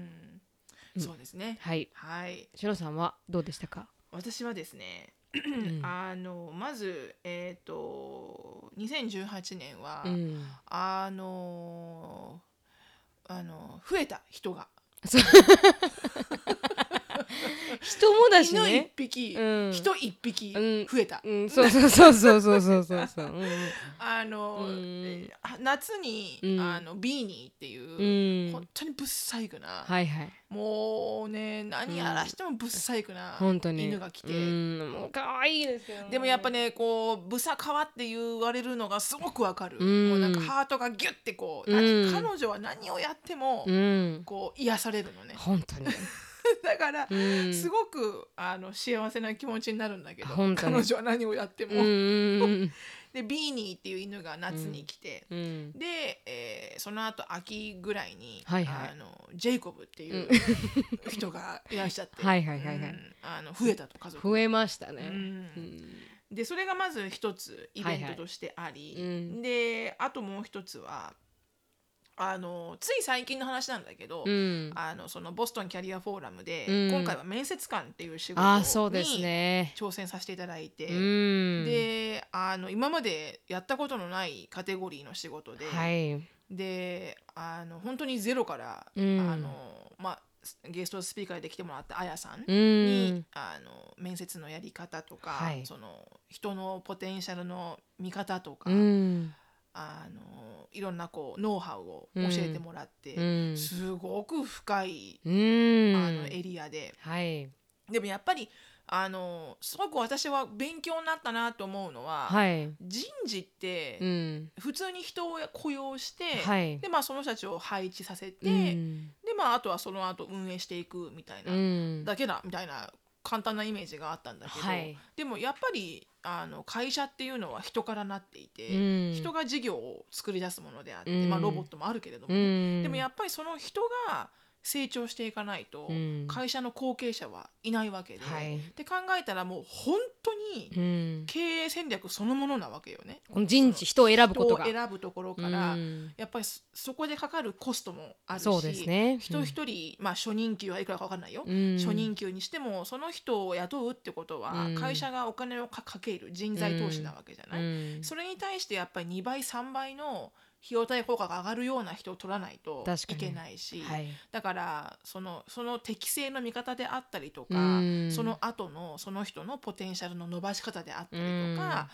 Speaker 1: うん
Speaker 2: そうですね、
Speaker 1: はい、
Speaker 2: はい
Speaker 1: しのさんはどうでしたか。
Speaker 2: 私はですね、
Speaker 1: ん
Speaker 2: あのまずえっ、と2018年は、
Speaker 1: うん、
Speaker 2: あのあの増えた人が
Speaker 1: そう人もだし
Speaker 2: 犬一
Speaker 1: ね。
Speaker 2: 匹、
Speaker 1: うん
Speaker 2: 人一匹
Speaker 1: うん
Speaker 2: 増えた、
Speaker 1: うん、そうそうそうそうそうそうそう そう。うん
Speaker 2: あの、
Speaker 1: うん
Speaker 2: あ夏に、
Speaker 1: うん
Speaker 2: あのビーニーっていう
Speaker 1: う、ん、うん
Speaker 2: 本当にぶっさいくな、
Speaker 1: はいはい、
Speaker 2: もうね何やらしてもぶっさいくな、
Speaker 1: 本当に。
Speaker 2: 犬が来て
Speaker 1: うん、もう可愛いですよ、ね。
Speaker 2: でもやっぱねこうぶさかわって言われるのがすごくわかる、
Speaker 1: うん
Speaker 2: もうなんかハートがギュッてこう、
Speaker 1: うん
Speaker 2: 何彼女は何をやっても、
Speaker 1: うん、
Speaker 2: こう癒されるのね
Speaker 1: 本当に。
Speaker 2: だから、
Speaker 1: うん、
Speaker 2: すごくあの幸せな気持ちになるんだけど
Speaker 1: 本当に
Speaker 2: 彼女は何をやっても、
Speaker 1: うんうん
Speaker 2: でビーニーっていう犬が夏に来て、
Speaker 1: うんうん。
Speaker 2: で、えーその後秋ぐらいに、
Speaker 1: はいはい
Speaker 2: あのジェイコブっていう 人がいらっしゃって
Speaker 1: はいはいはいはい
Speaker 2: うんあの増えたと家族、
Speaker 1: 増えました
Speaker 2: う
Speaker 1: ね。
Speaker 2: ん
Speaker 1: うん
Speaker 2: でそれがまず一つイベン
Speaker 1: はいは
Speaker 2: ト
Speaker 1: い
Speaker 2: としてあり、
Speaker 1: うん
Speaker 2: であともう一つはあのつい最近の話なんだけど、
Speaker 1: うん、
Speaker 2: あのそのボストンキャリアフォーラムで、
Speaker 1: うん
Speaker 2: 今回は面接官っていう仕事
Speaker 1: あーそうです
Speaker 2: に
Speaker 1: ね。
Speaker 2: 挑戦させていただいて、
Speaker 1: うん、
Speaker 2: であの今までやったことのないカテゴリーの仕事で、
Speaker 1: はい、
Speaker 2: であの本当にゼロから、
Speaker 1: うん
Speaker 2: あのまあ、ゲストスピーカーで来てもらったあやさん
Speaker 1: う
Speaker 2: に、
Speaker 1: ん、
Speaker 2: あの面接のやり方とか、
Speaker 1: はい
Speaker 2: その人のポテンシャルの見方とか、
Speaker 1: うん、
Speaker 2: あのいろんなこうノウハウを教えてもらって、
Speaker 1: うん、
Speaker 2: すごく深い、
Speaker 1: うん
Speaker 2: あのエリアで
Speaker 1: はい、
Speaker 2: でもやっぱりあのすごく私は勉強になったなと思うのは、
Speaker 1: はい、
Speaker 2: 人事って、
Speaker 1: うん、
Speaker 2: 普通に人を雇用して、
Speaker 1: はい
Speaker 2: でまあ、その人たちを配置させて、
Speaker 1: うん、
Speaker 2: でまあ、あとはその後運営していくみたいな、
Speaker 1: うん、
Speaker 2: だけだみたいな簡単なイメージがあったんだけど、
Speaker 1: はい、
Speaker 2: でもやっぱりあの会社っていうのは人からなっていて、
Speaker 1: うん
Speaker 2: 人が事業を作り出すものであって、
Speaker 1: うん
Speaker 2: まあ、ロボットもあるけれども、
Speaker 1: うん、
Speaker 2: でもや
Speaker 1: っ
Speaker 2: っぱりその人が成長していかないと、
Speaker 1: うん
Speaker 2: 会社の後継者はいないわけで、
Speaker 1: はい
Speaker 2: って考えたらもう本当に
Speaker 1: うん、
Speaker 2: 経営戦略そのものなわけよね。
Speaker 1: この人事人を選ぶ
Speaker 2: 人
Speaker 1: こと
Speaker 2: を
Speaker 1: が、
Speaker 2: 選ぶところから、
Speaker 1: うん
Speaker 2: やっぱりそそこでかかるコストもあるし
Speaker 1: そうですね、
Speaker 2: 人一人、まあ、初任給はいくらか分かんないよ、
Speaker 1: うん、
Speaker 2: 初任給にしてもその人を雇うってことは、
Speaker 1: うん
Speaker 2: 会社がお金をかかける人材投資なわけじゃない、
Speaker 1: うん、
Speaker 2: それに対してやっぱり2倍3倍の費用対効果が上がるような人を取らないと
Speaker 1: 確か
Speaker 2: い
Speaker 1: に
Speaker 2: けないし、
Speaker 1: はい、
Speaker 2: だからそのその適正の見方であったりとか、
Speaker 1: うん
Speaker 2: その後のその人のポテンシャルの伸ばし方であったりとか、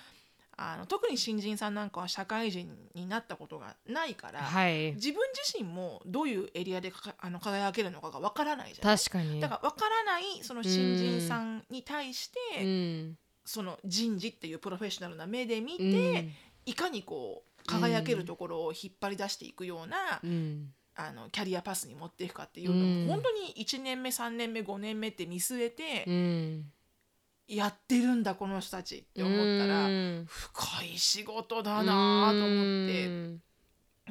Speaker 2: あの特に新人さんなんかは社会人になったことがないから、
Speaker 1: はい、
Speaker 2: 自分自身もどういうエリアでかかあの輝けるのかがわからないじゃない
Speaker 1: 確かに、
Speaker 2: だからわからないその新人さんに対して、
Speaker 1: うん、
Speaker 2: その人事っていうプロフェッショナルな目で見て、
Speaker 1: うん
Speaker 2: いかにこう輝けるところを引っ張り出していくような、
Speaker 1: うん、
Speaker 2: あのキャリアパスに持っていくかっていうのを、
Speaker 1: うん
Speaker 2: 本当に1年目3年目5年目って見据えて、
Speaker 1: うん、
Speaker 2: やってるんだこの人たちって思ったら、
Speaker 1: うん、
Speaker 2: 深い仕事だなあと思って、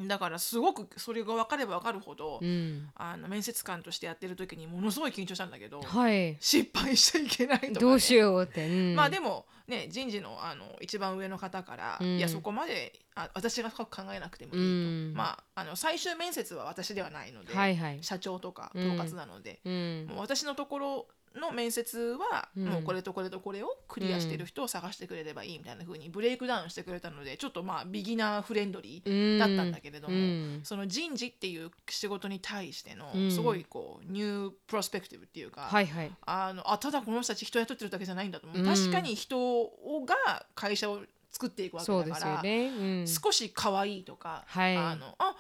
Speaker 2: だからすごくそれが分かれば分かるほど、
Speaker 1: うん、
Speaker 2: あの面接官としてやってる時にものすごい緊張したんだけど、
Speaker 1: はい、
Speaker 2: 失敗しちゃいけないとかね、
Speaker 1: どうしようって、うん
Speaker 2: まあでもね人事のあの一番上の方から、
Speaker 1: うん
Speaker 2: いやそこまであ私が深く考えなくてもいいと、
Speaker 1: うん
Speaker 2: まああの最終面接は私ではないので、
Speaker 1: はいはい、
Speaker 2: 社長とか
Speaker 1: う
Speaker 2: 統
Speaker 1: ん
Speaker 2: 括なので、
Speaker 1: うん
Speaker 2: もう私のところの面接は、
Speaker 1: うん
Speaker 2: もうこれとこれとこれをクリアしてる人を探してくれればいいみたいな風にブレイクダウンしてくれたのでちょっとまあビギナーフレンドリーだったんだけれども、
Speaker 1: うん
Speaker 2: その人事っていう仕事に対しての
Speaker 1: うん
Speaker 2: すごいこうニュープロスペクティブっていうか、
Speaker 1: はいはい、
Speaker 2: あのあただこの人たち人雇ってるだけじゃないんだと思う、
Speaker 1: うん
Speaker 2: 確かに人をが会社を作っていくわけ
Speaker 1: そう
Speaker 2: だ
Speaker 1: で
Speaker 2: か
Speaker 1: す
Speaker 2: ら、
Speaker 1: よね。うん、
Speaker 2: 少し可愛いとか、
Speaker 1: はい
Speaker 2: あのあ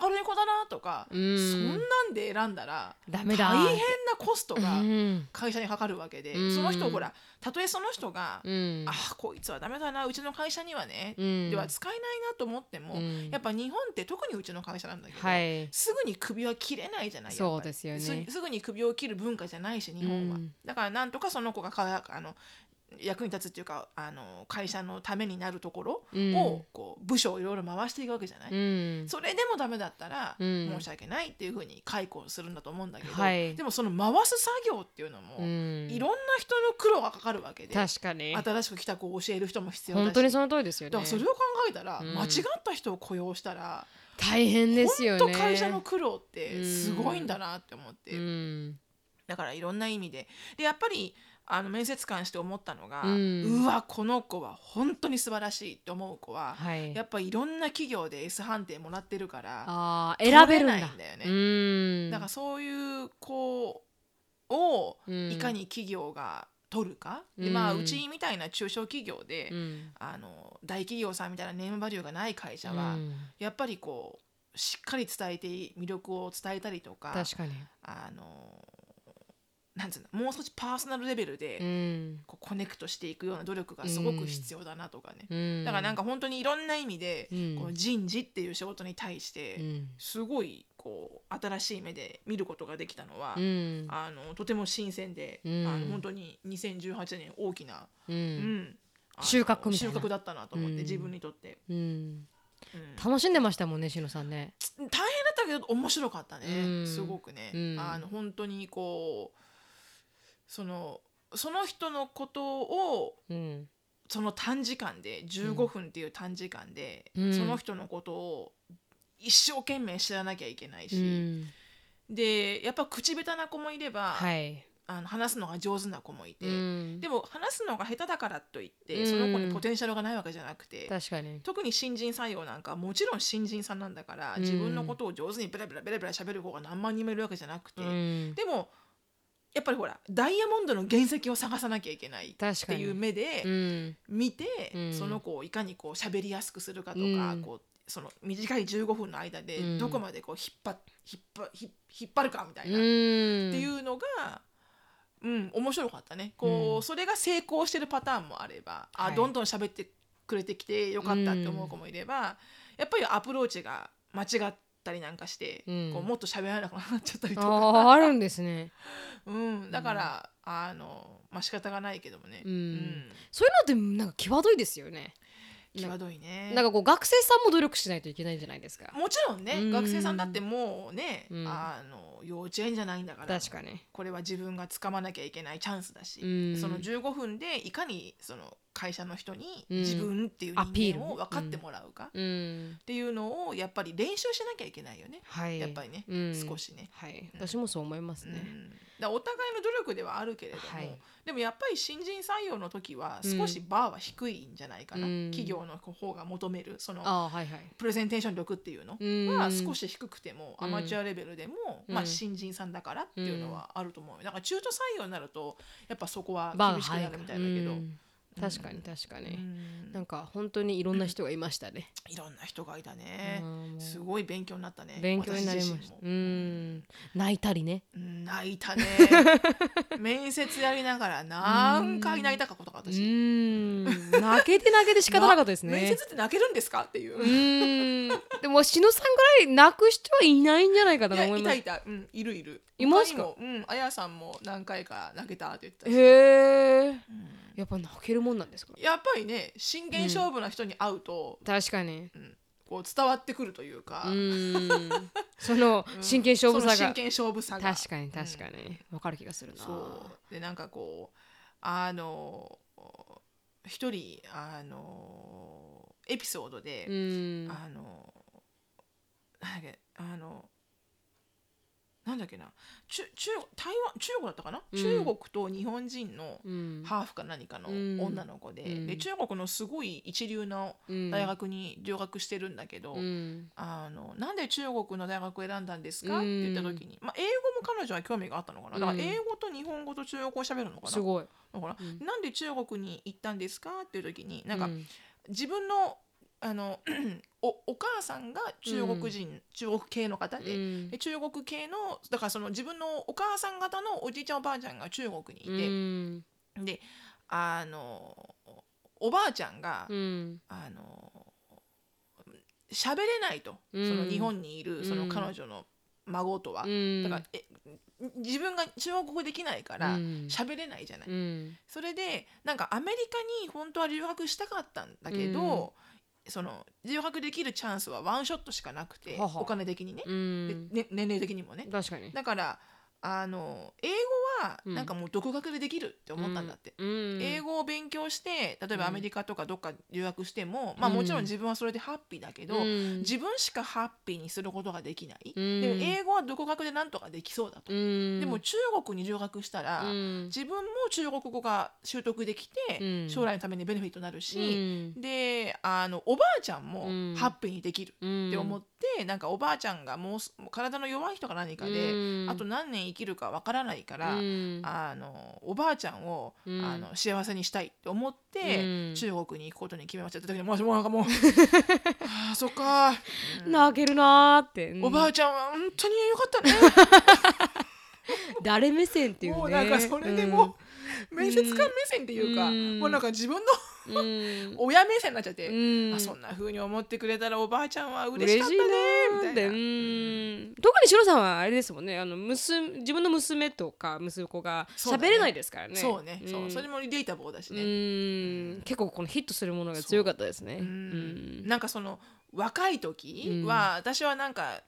Speaker 2: 明るい子だなとか、
Speaker 1: うん
Speaker 2: そんなんで選んだら
Speaker 1: ダメ
Speaker 2: 大
Speaker 1: だ。
Speaker 2: 変なコストが
Speaker 1: うん
Speaker 2: 会社にかかるわけで、
Speaker 1: うん
Speaker 2: その人をほらたとえその人が、
Speaker 1: うん
Speaker 2: あーこいつはダメだなうちの会社にはね、
Speaker 1: うん
Speaker 2: では使えないなと思っても、
Speaker 1: うん
Speaker 2: やっぱ日本って特にうちの会社なんだけど、
Speaker 1: はい。
Speaker 2: すぐに首は切れないじゃないやっぱり
Speaker 1: そうですよね
Speaker 2: すすぐに首を切る文化じゃないし日本は、
Speaker 1: うん
Speaker 2: だからなんとかその子がかあの役に立つっていうかあの会社のためになるところ
Speaker 1: うん
Speaker 2: を、こう部署をいろいろ回していくわけじゃない、
Speaker 1: うん。
Speaker 2: それでもダメだったら、
Speaker 1: うん
Speaker 2: 申し訳ないっていうふうに解雇するんだと思うんだけど、
Speaker 1: はい
Speaker 2: でもその回す作業っていうのも、
Speaker 1: うん
Speaker 2: いろんな人の苦労がかかるわけで
Speaker 1: 確かに。
Speaker 2: 新しく来た子を教える人も必要だし
Speaker 1: 本当にその通りですよ
Speaker 2: だか
Speaker 1: ね
Speaker 2: ら。それを考えたら、
Speaker 1: うん
Speaker 2: 間違った人を雇用したら
Speaker 1: 大変ですよ
Speaker 2: 本
Speaker 1: ね。
Speaker 2: 当会社の苦労ってすごいんだなって思って、
Speaker 1: うん。
Speaker 2: だからいろんな意味ででやっぱりあの面接官して思ったのが、
Speaker 1: う
Speaker 2: うんわこの子は本当に素晴らしいって思う子は、
Speaker 1: はい。
Speaker 2: やっぱいろんな企業で S 判定もらってるから
Speaker 1: ああ選べるん
Speaker 2: 取れ
Speaker 1: だ。
Speaker 2: ないんだよね
Speaker 1: うん。
Speaker 2: だからそういう子を
Speaker 1: うん
Speaker 2: いかに企業が取るか、
Speaker 1: うん
Speaker 2: でまあうちみたいな中小企業で、
Speaker 1: うん。
Speaker 2: あの大企業さんみたいなネームバリューがない会社は、
Speaker 1: うん
Speaker 2: やっぱりこうしっかり伝えて魅力を伝えたりとか
Speaker 1: 確かに。
Speaker 2: あのなんつうのもう少しパーソナルレベルで、
Speaker 1: うん。
Speaker 2: こうコネクトしていくような努力がすごく必要だなとかね、
Speaker 1: うん。
Speaker 2: だからなんか本当にいろんな意味で、
Speaker 1: うん
Speaker 2: この人事っていう仕事に対して、
Speaker 1: うん。
Speaker 2: すごいこう新しい目で見ることができたのは、
Speaker 1: うん。
Speaker 2: あのとても新鮮で、
Speaker 1: うん
Speaker 2: あの本当に2018年大きな、
Speaker 1: う。
Speaker 2: うんんあの
Speaker 1: 収穫みたい
Speaker 2: 収
Speaker 1: な
Speaker 2: 穫だったなと思って、
Speaker 1: うん
Speaker 2: 自分にとって、
Speaker 1: うん。
Speaker 2: うん
Speaker 1: 楽しんでましたもんね、しのさんね。
Speaker 2: 大変だったけど面白かったね、
Speaker 1: うん
Speaker 2: すごくね、
Speaker 1: うん
Speaker 2: あの本当にこうそのその人のことを
Speaker 1: うん。
Speaker 2: その短時間で15分っていう短時間で、
Speaker 1: うん
Speaker 2: その人のことを一生懸命知らなきゃいけないうし、
Speaker 1: ん。
Speaker 2: でやっぱ口下手な子もいれば、
Speaker 1: はい。
Speaker 2: あの話すのが上手な子もいて、
Speaker 1: うん
Speaker 2: でも話すのが下手だからといっ
Speaker 1: う
Speaker 2: て、
Speaker 1: ん
Speaker 2: その子にポテンシャルがないわけじゃなくて。
Speaker 1: 確かに。
Speaker 2: 特に新人採用なんかはもちろん新人さんなんだから、
Speaker 1: うん
Speaker 2: 自分のことを上手にベラベラベラベラ喋る子が何万人もいるわけじゃなくて、
Speaker 1: うん。
Speaker 2: でもやっぱりほらダイヤモンドの原石を探さなきゃいけないっ
Speaker 1: 確か
Speaker 2: て
Speaker 1: に。
Speaker 2: いう目で、
Speaker 1: うん。
Speaker 2: 見て、
Speaker 1: うん
Speaker 2: その子をいかにこう喋りやすくするかとか、
Speaker 1: うん
Speaker 2: こうその短い15分の間で
Speaker 1: うん
Speaker 2: どこまでこう引っ張っ引っ張引っ引っ張るかみたいな、
Speaker 1: うん。
Speaker 2: っていうのが、うん、面白かったねこう、
Speaker 1: うん
Speaker 2: それが成功してるパターンもあれば、
Speaker 1: は
Speaker 2: あ
Speaker 1: い
Speaker 2: どんどん喋ってくれてきてよかったって思う子もいれば、やっぱりアプローチが間違ったりなんかして、
Speaker 1: うん
Speaker 2: こうもっと喋らなくなっちゃったりとか、
Speaker 1: ああ、あるんですね。
Speaker 2: うん、だから、あのまあ仕方がないけどもね、
Speaker 1: うんそういうのってなんか際どいですよね。
Speaker 2: うん際どいね。
Speaker 1: なんかこう学生さんも努力しないといけないんじゃないですか。
Speaker 2: もちろんね、
Speaker 1: うん
Speaker 2: 学生さんだってもうね、
Speaker 1: うん
Speaker 2: あの幼稚園じゃないんだから
Speaker 1: 確かに。
Speaker 2: これは自分が掴まなきゃいけないチャンスだし、
Speaker 1: うん
Speaker 2: その15分でいかにその会社の人に
Speaker 1: うん
Speaker 2: 自分っていう
Speaker 1: アピー
Speaker 2: 人
Speaker 1: ル
Speaker 2: 間
Speaker 1: ね
Speaker 2: を分かってもらうかっ
Speaker 1: うん。
Speaker 2: ていうのをやっぱり練習しなきゃいけないよね、
Speaker 1: はい。
Speaker 2: やっぱりね、
Speaker 1: うん
Speaker 2: 少。しね。
Speaker 1: はい。
Speaker 2: うん
Speaker 1: 私もそう思います
Speaker 2: うん
Speaker 1: ね。
Speaker 2: だからお互いの努力ではあるけれども、
Speaker 1: はい
Speaker 2: でもやっぱり新人採用の時は少しバーは低いんじゃないかな、
Speaker 1: うん
Speaker 2: 企業の方が求めるその
Speaker 1: ああ、はいはい。
Speaker 2: プレゼンテーション力っていうの
Speaker 1: うん
Speaker 2: は少し低くても、
Speaker 1: うん
Speaker 2: アマチュアレベルでも、
Speaker 1: うん
Speaker 2: まあ、新人さんだからっていうのはあると思うよだから中途採用になるとやっぱそこは
Speaker 1: バー
Speaker 2: 厳しくなるみたいだけど、
Speaker 1: うん確かに確かに。
Speaker 2: うん
Speaker 1: なんか本当にいろんな人がいました ね。
Speaker 2: いろんな人がいたね
Speaker 1: う、ん
Speaker 2: すごい勉強になったね
Speaker 1: 勉強になりま
Speaker 2: 私
Speaker 1: し
Speaker 2: 自
Speaker 1: た。
Speaker 2: 身も
Speaker 1: うん。泣いたりね。
Speaker 2: うん泣 いたね面接やりながら何回泣いたかことが
Speaker 1: う
Speaker 2: 私、
Speaker 1: ん。泣けて泣けて仕方なかったです
Speaker 2: な面
Speaker 1: ね。
Speaker 2: 接 って泣けるんですかっていう、
Speaker 1: うーんでも篠さんぐらい泣く人はいないんじゃないかないと
Speaker 2: や
Speaker 1: 思い
Speaker 2: い
Speaker 1: ま
Speaker 2: た
Speaker 1: す
Speaker 2: いた、うん、いるいる
Speaker 1: いますか
Speaker 2: 他にもうんあやさんも何回か泣けたって言ってたし
Speaker 1: へえ
Speaker 2: うん
Speaker 1: やっぱ泣けるもんなんですか
Speaker 2: やっぱりね真剣勝負な人に会うと、
Speaker 1: 確かに
Speaker 2: こう伝わってくるというか
Speaker 1: う、ーんその
Speaker 2: うん
Speaker 1: 真剣勝負さ
Speaker 2: その真
Speaker 1: が
Speaker 2: 剣勝負さが
Speaker 1: 確かに確かにわかる気がする
Speaker 2: うん
Speaker 1: な
Speaker 2: そうでなんかこうあの一人あのエピソード
Speaker 1: う
Speaker 2: で、
Speaker 1: ーん
Speaker 2: あのなんだっけあのなんだっけな中中台湾中国だったかな、
Speaker 1: うん
Speaker 2: 中国と日本人の
Speaker 1: うん
Speaker 2: ハーフか何かの
Speaker 1: うん
Speaker 2: 女の子で,、
Speaker 1: うん
Speaker 2: で中国のすごい一流の
Speaker 1: うん
Speaker 2: 大学に留学してるんだけど、
Speaker 1: うん
Speaker 2: あのなんで中国の大学を選んだんですか、
Speaker 1: うん
Speaker 2: って言った時に、まあ、英語も彼女は興味があったのかなだから英語と日本語と中国語を喋るのか
Speaker 1: す
Speaker 2: な、
Speaker 1: ごい
Speaker 2: だから
Speaker 1: うん
Speaker 2: なんで中国に行ったんですかっていう時になんか、
Speaker 1: うん
Speaker 2: 自分のあの おお母さんが中国人、中国系の方
Speaker 1: う
Speaker 2: で,で、
Speaker 1: ん
Speaker 2: 中国系のだからその自分のお母さん方のおじいちゃんおばあちゃんが中国に
Speaker 1: う
Speaker 2: い
Speaker 1: ん
Speaker 2: て、であのおばあちゃんが、
Speaker 1: うん
Speaker 2: あの喋れないと、
Speaker 1: うん
Speaker 2: その日本にいるそうの
Speaker 1: ん
Speaker 2: 彼女の孫とは、
Speaker 1: うん
Speaker 2: だからえ自分が中国語できないから
Speaker 1: うん
Speaker 2: 喋れないじゃない、
Speaker 1: うん
Speaker 2: それでなんかアメリカに本当は留学したかったんだけど、その留学できるチャンスはワンショットしかなくて
Speaker 1: はは
Speaker 2: お金的にね,
Speaker 1: う
Speaker 2: で、
Speaker 1: ん
Speaker 2: ね年齢的にもね
Speaker 1: 確かに
Speaker 2: だからあの英語は
Speaker 1: うん
Speaker 2: なんかもう独学でできるって思ったんだって、
Speaker 1: うん
Speaker 2: 英語を勉強して例えば
Speaker 1: うん
Speaker 2: アメリカとかどっか留学しても、まあ
Speaker 1: うん
Speaker 2: もちろん自分はそれでハッピーだけど、
Speaker 1: うん
Speaker 2: 自分しかハッピーにすることができない、
Speaker 1: うん
Speaker 2: でも英語は独学でなんとかできそうだと、
Speaker 1: うん
Speaker 2: でも中国に留学したら、
Speaker 1: うん
Speaker 2: 自分も中国語が習得できて、
Speaker 1: うん
Speaker 2: 将来のためにベネフィットになる
Speaker 1: う
Speaker 2: し、
Speaker 1: ん
Speaker 2: であのおばあちゃんも
Speaker 1: うん
Speaker 2: ハッピーにできる
Speaker 1: うん
Speaker 2: って思って、なんかおばあちゃんがもうすもう体の弱い人か何かで、
Speaker 1: うん
Speaker 2: あと何年生きるかわからないから、
Speaker 1: うん
Speaker 2: あのおばあちゃんを、
Speaker 1: うん
Speaker 2: あの幸せにしたいと思って、
Speaker 1: うん
Speaker 2: 中国に行くことに決めましたって時にもうもうな んかもうああそっか、
Speaker 1: 泣けるなーってうん
Speaker 2: おばあちゃんは本当によかったね
Speaker 1: 誰目線っていうね
Speaker 2: もうなんかそれでもう、
Speaker 1: ん
Speaker 2: 面接官目線っていうか、
Speaker 1: うん
Speaker 2: もうなんか自分の
Speaker 1: うんうん
Speaker 2: 親目線になっちゃって、
Speaker 1: うん
Speaker 2: あそんな風に思ってくれたらおばあちゃんは嬉し
Speaker 1: 嬉
Speaker 2: かっ
Speaker 1: したい
Speaker 2: ね
Speaker 1: なーっ
Speaker 2: み
Speaker 1: た
Speaker 2: い
Speaker 1: て
Speaker 2: な。
Speaker 1: うん特にシロさんはあれですもんねあの娘自分の娘とか息子が
Speaker 2: そうだね
Speaker 1: 喋れないですからね
Speaker 2: そうね、そうそれ
Speaker 1: も
Speaker 2: もリレータボーだし
Speaker 1: う
Speaker 2: ね、
Speaker 1: ん結構このヒットするものが強かったですね
Speaker 2: うんなんかその若い時は、私はなんか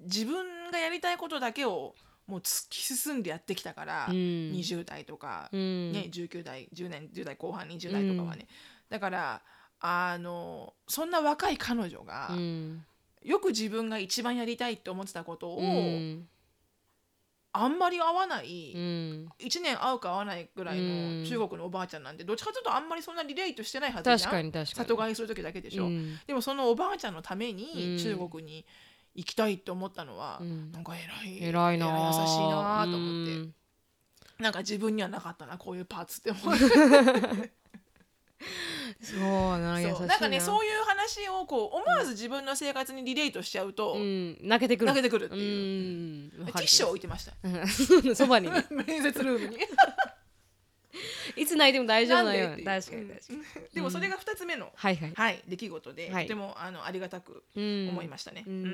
Speaker 2: 自分がやりたいことだけをもう突き進んでやってきたから、
Speaker 1: うん
Speaker 2: 20代とか、
Speaker 1: うん
Speaker 2: ね、19代10年10代後半20代とかはね、だからあのそんな若い彼女が、
Speaker 1: うん
Speaker 2: よく自分が一番やりたいって思ってたことを、
Speaker 1: うん
Speaker 2: あんまり会わない、
Speaker 1: うん
Speaker 2: 1年会うか会わないぐらい
Speaker 1: うん
Speaker 2: の中国のおばあちゃんなんてどっちかというとあんまりそんなリレートしてないはずじゃん
Speaker 1: 確かに確かに
Speaker 2: 里帰りする時だけでしょ、
Speaker 1: うん
Speaker 2: でもそのおばあちゃんのため
Speaker 1: うん
Speaker 2: に中国に行きたいって思ったのは、
Speaker 1: うん
Speaker 2: なんか偉い
Speaker 1: 偉いなー
Speaker 2: 優しいなーと思って、
Speaker 1: うん
Speaker 2: なんか自分にはなかったなこういうパーツって思う
Speaker 1: そうな 優しい
Speaker 2: そうなんかねそういう話をこう思わず自分の生活にリレートしちゃうと、
Speaker 1: うん泣けてくる
Speaker 2: 投げてくるって
Speaker 1: う
Speaker 2: い
Speaker 1: ん
Speaker 2: う、
Speaker 1: わ
Speaker 2: ティ
Speaker 1: かる
Speaker 2: ッシュを置いてました
Speaker 1: うん そばにね
Speaker 2: 面接ルームに
Speaker 1: いつ泣いても大丈夫なよ
Speaker 2: な
Speaker 1: うん
Speaker 2: でっ
Speaker 1: に
Speaker 2: てい
Speaker 1: 確
Speaker 2: う
Speaker 1: かに確かに
Speaker 2: うんでもそれが2つ目の、
Speaker 1: はいはい
Speaker 2: はい、出来事で、
Speaker 1: はい
Speaker 2: とてもあのありがたく
Speaker 1: 思
Speaker 2: 思いましたね。
Speaker 1: う
Speaker 2: うん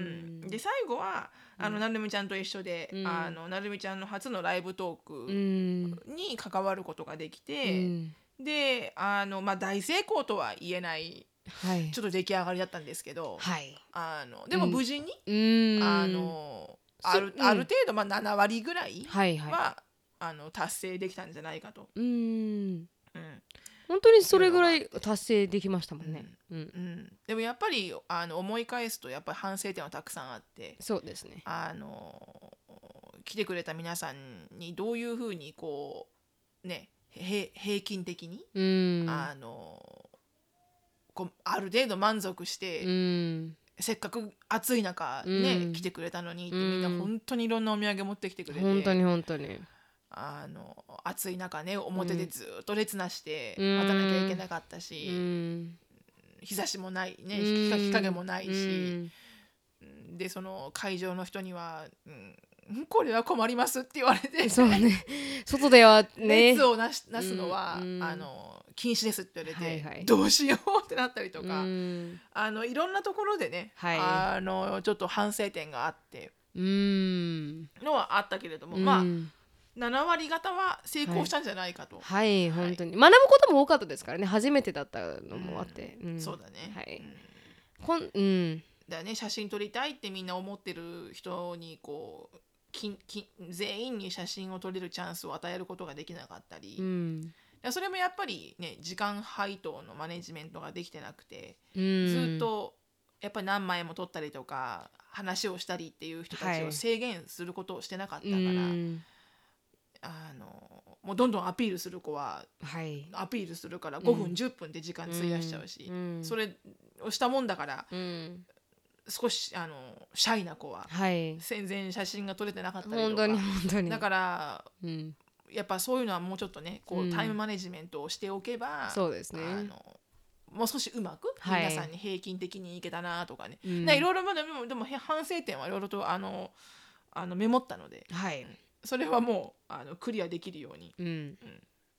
Speaker 2: んで最後はあのなるみちゃんと一緒で、
Speaker 1: うん
Speaker 2: あのなるみちゃんの初のライブト
Speaker 1: う
Speaker 2: ー
Speaker 1: ん
Speaker 2: クに関わることができ
Speaker 1: う
Speaker 2: て、
Speaker 1: ん
Speaker 2: であの、まあ、大成功とは言えない
Speaker 1: はい
Speaker 2: ちょっと出来上がりだったんですけど、
Speaker 1: はい
Speaker 2: あのでも無事に、
Speaker 1: うん
Speaker 2: あの
Speaker 1: そう
Speaker 2: ある
Speaker 1: うん
Speaker 2: ある程度、まあ、7割ぐらいは、
Speaker 1: はいはい
Speaker 2: あの達成できたんじゃないかと。
Speaker 1: うん
Speaker 2: うん
Speaker 1: 本当にそれぐらい達成できましたもんねうん
Speaker 2: うん、でもやっぱりあの思い返すとやっぱり反省点はたくさんあって
Speaker 1: そうですね
Speaker 2: あの来てくれた皆さんにどういうふうにこうねへ平均的に、
Speaker 1: うん
Speaker 2: あのこうある程度満足して、
Speaker 1: うん
Speaker 2: せっかく暑い中ね、
Speaker 1: うん
Speaker 2: 来てくれたのにって
Speaker 1: うん
Speaker 2: みんな本当にいろんなお土産持ってきてくれて、
Speaker 1: 本当に本当に
Speaker 2: あの暑い中ね表でずっと列なして
Speaker 1: うん
Speaker 2: 待たなきゃいけなかった
Speaker 1: う
Speaker 2: し、
Speaker 1: ん
Speaker 2: 日差しもないね
Speaker 1: うん
Speaker 2: 日日陰もないし。
Speaker 1: うん
Speaker 2: でその会場の人には、うん、これは困りますって言われ て、
Speaker 1: そうね外ではね
Speaker 2: 熱をなしなすのは、
Speaker 1: うん
Speaker 2: あの禁止ですって言われて、
Speaker 1: はいはい
Speaker 2: どうしようってなったりと
Speaker 1: と
Speaker 2: か、
Speaker 1: うん
Speaker 2: あのいろんなところでね、
Speaker 1: はい
Speaker 2: あのちょっと反省点があって
Speaker 1: うん
Speaker 2: のはあったけれども、まあ
Speaker 1: うん
Speaker 2: 7割方は成功したんじゃないかと、
Speaker 1: はい、
Speaker 2: はい
Speaker 1: 本当に学ぶことも多かったですからね初めてだったのもあって、うん
Speaker 2: そうだね、
Speaker 1: はい
Speaker 2: うん
Speaker 1: こんうん
Speaker 2: だよね写真撮りたいってみんな思ってる人にこうきき全員に写真を撮れるチャンスを与えることができなかったり。
Speaker 1: うん
Speaker 2: いやそれもやっぱりね時間配当のマネジメントができてなくて、
Speaker 1: うん
Speaker 2: ずっとやっぱり何枚も撮ったりとか話をしたりっていう人たち
Speaker 1: は
Speaker 2: を
Speaker 1: い
Speaker 2: 制限することをしてなかった
Speaker 1: う
Speaker 2: から、
Speaker 1: ん
Speaker 2: あのもうどんどんアピールする子は
Speaker 1: はい
Speaker 2: アピールするから
Speaker 1: ん
Speaker 2: 5分、10分で時間費やしちゃうし、
Speaker 1: うん
Speaker 2: それをしたもんだから
Speaker 1: うん
Speaker 2: 少しあのシャイな子は
Speaker 1: はい
Speaker 2: 全然写真が撮れてなかったり
Speaker 1: 本当
Speaker 2: とか
Speaker 1: に本当に
Speaker 2: だから
Speaker 1: うん、
Speaker 2: やっぱそういうのはもうちょっとねこ
Speaker 1: うん
Speaker 2: うタイムマネジメントをしておけば、
Speaker 1: そうですね
Speaker 2: あのもう少しうまく
Speaker 1: はい
Speaker 2: 皆さんに平均的にいけたなとかね、
Speaker 1: うん
Speaker 2: ねいろいろまだでもでもへ反省点はいろいろとあのあのメモったので
Speaker 1: はい、
Speaker 2: それはもうあのクリアできるように、
Speaker 1: うん、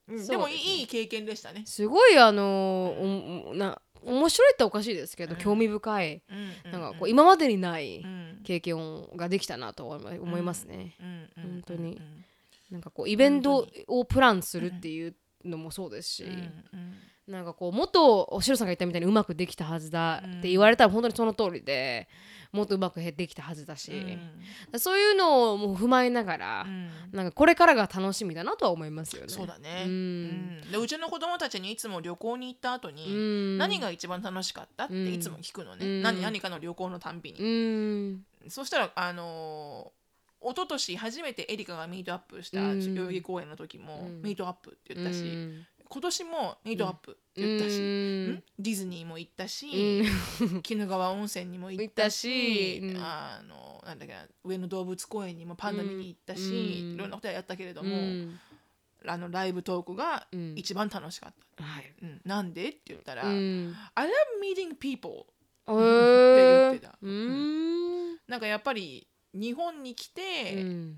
Speaker 2: うん
Speaker 1: そう
Speaker 2: でも
Speaker 1: ですね
Speaker 2: いいいい経験でしたね。
Speaker 1: すごいあのーおおな面白いっておかしいですけど、
Speaker 2: うん
Speaker 1: 興味深い
Speaker 2: うん
Speaker 1: なんかこう今までにない
Speaker 2: うん
Speaker 1: 経験ができたなと思い思いますね、
Speaker 2: うんうん
Speaker 1: 本当に
Speaker 2: うん
Speaker 1: なんかこうイベント
Speaker 2: 本
Speaker 1: をプランするっていうのもそうですし、
Speaker 2: うん
Speaker 1: なんかこう元おしろさんが言ったみたいにうまくできたはずだ
Speaker 2: うん
Speaker 1: って言われたら本当にその通りでもっとうまくできたはずだし、
Speaker 2: う
Speaker 1: そういうのをもう踏まえながら、
Speaker 2: ん
Speaker 1: なんかこれからが楽しみだなとは思いますよね。
Speaker 2: そうだね、
Speaker 1: うん
Speaker 2: うんでうちの子供たちにいつも旅行に行った後
Speaker 1: う
Speaker 2: に、
Speaker 1: ん、
Speaker 2: 何が一番楽しかったって
Speaker 1: うん
Speaker 2: いつも聞くのね、
Speaker 1: うん
Speaker 2: 何何かの旅行のたんびに、
Speaker 1: うん
Speaker 2: そしたらあのー一昨年初めてエリカがミートアップした
Speaker 1: うん
Speaker 2: 代々木公園の時も、
Speaker 1: うん
Speaker 2: ミートアップって言ったし、
Speaker 1: うん
Speaker 2: 今年もミートアップって言ったし、んディズニーも行った
Speaker 1: うん
Speaker 2: し、鬼怒川温泉にも行ったし
Speaker 1: 行ったしうん
Speaker 2: あのなんだっけな上野動物公園にもパンダ見に行ったし、
Speaker 1: うん
Speaker 2: いろんなことやったけれど
Speaker 1: う
Speaker 2: も、
Speaker 1: ん
Speaker 2: あのライブトークが
Speaker 1: うん
Speaker 2: 一番楽しかっ
Speaker 1: はい
Speaker 2: た、うんなんでって言ったら、
Speaker 1: うん、
Speaker 2: I love meeting people
Speaker 1: え
Speaker 2: 言って
Speaker 1: ー
Speaker 2: た
Speaker 1: うん
Speaker 2: なんかやっぱり日本に来
Speaker 1: う
Speaker 2: て、
Speaker 1: ん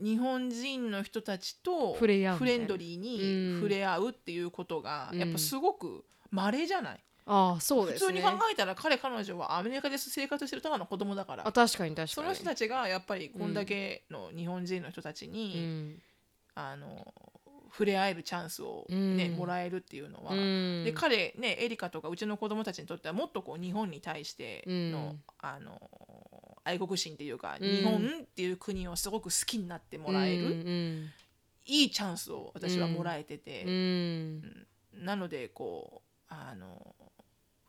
Speaker 2: 日本人の人たちと
Speaker 1: 触れ合うみ
Speaker 2: フ
Speaker 1: たいな
Speaker 2: レンドリー
Speaker 1: うん
Speaker 2: に触れ合うっていうことが、
Speaker 1: うん
Speaker 2: やっぱすごく稀じゃない、
Speaker 1: ああそう
Speaker 2: 普
Speaker 1: です
Speaker 2: 通
Speaker 1: ね
Speaker 2: に考えたら彼彼女はアメリカで生活してるただの子供だから
Speaker 1: あ確かに確かに
Speaker 2: その人たちがやっぱりこんだけの日本人の人たち
Speaker 1: う
Speaker 2: に、
Speaker 1: ん
Speaker 2: あの触れ合えるチャンスを、ね
Speaker 1: うん
Speaker 2: もらえるっていうのは、
Speaker 1: うん
Speaker 2: で彼ねエリカとかうちの子供たちにとってはもっとこう日本に対しての,、
Speaker 1: うん
Speaker 2: あの愛国心っていうか、
Speaker 1: うん
Speaker 2: 日本っていう国をすごく好きになってもらえる、
Speaker 1: うん
Speaker 2: いいチャンスを私はもらえてて
Speaker 1: うん、うん
Speaker 2: なのでこうあの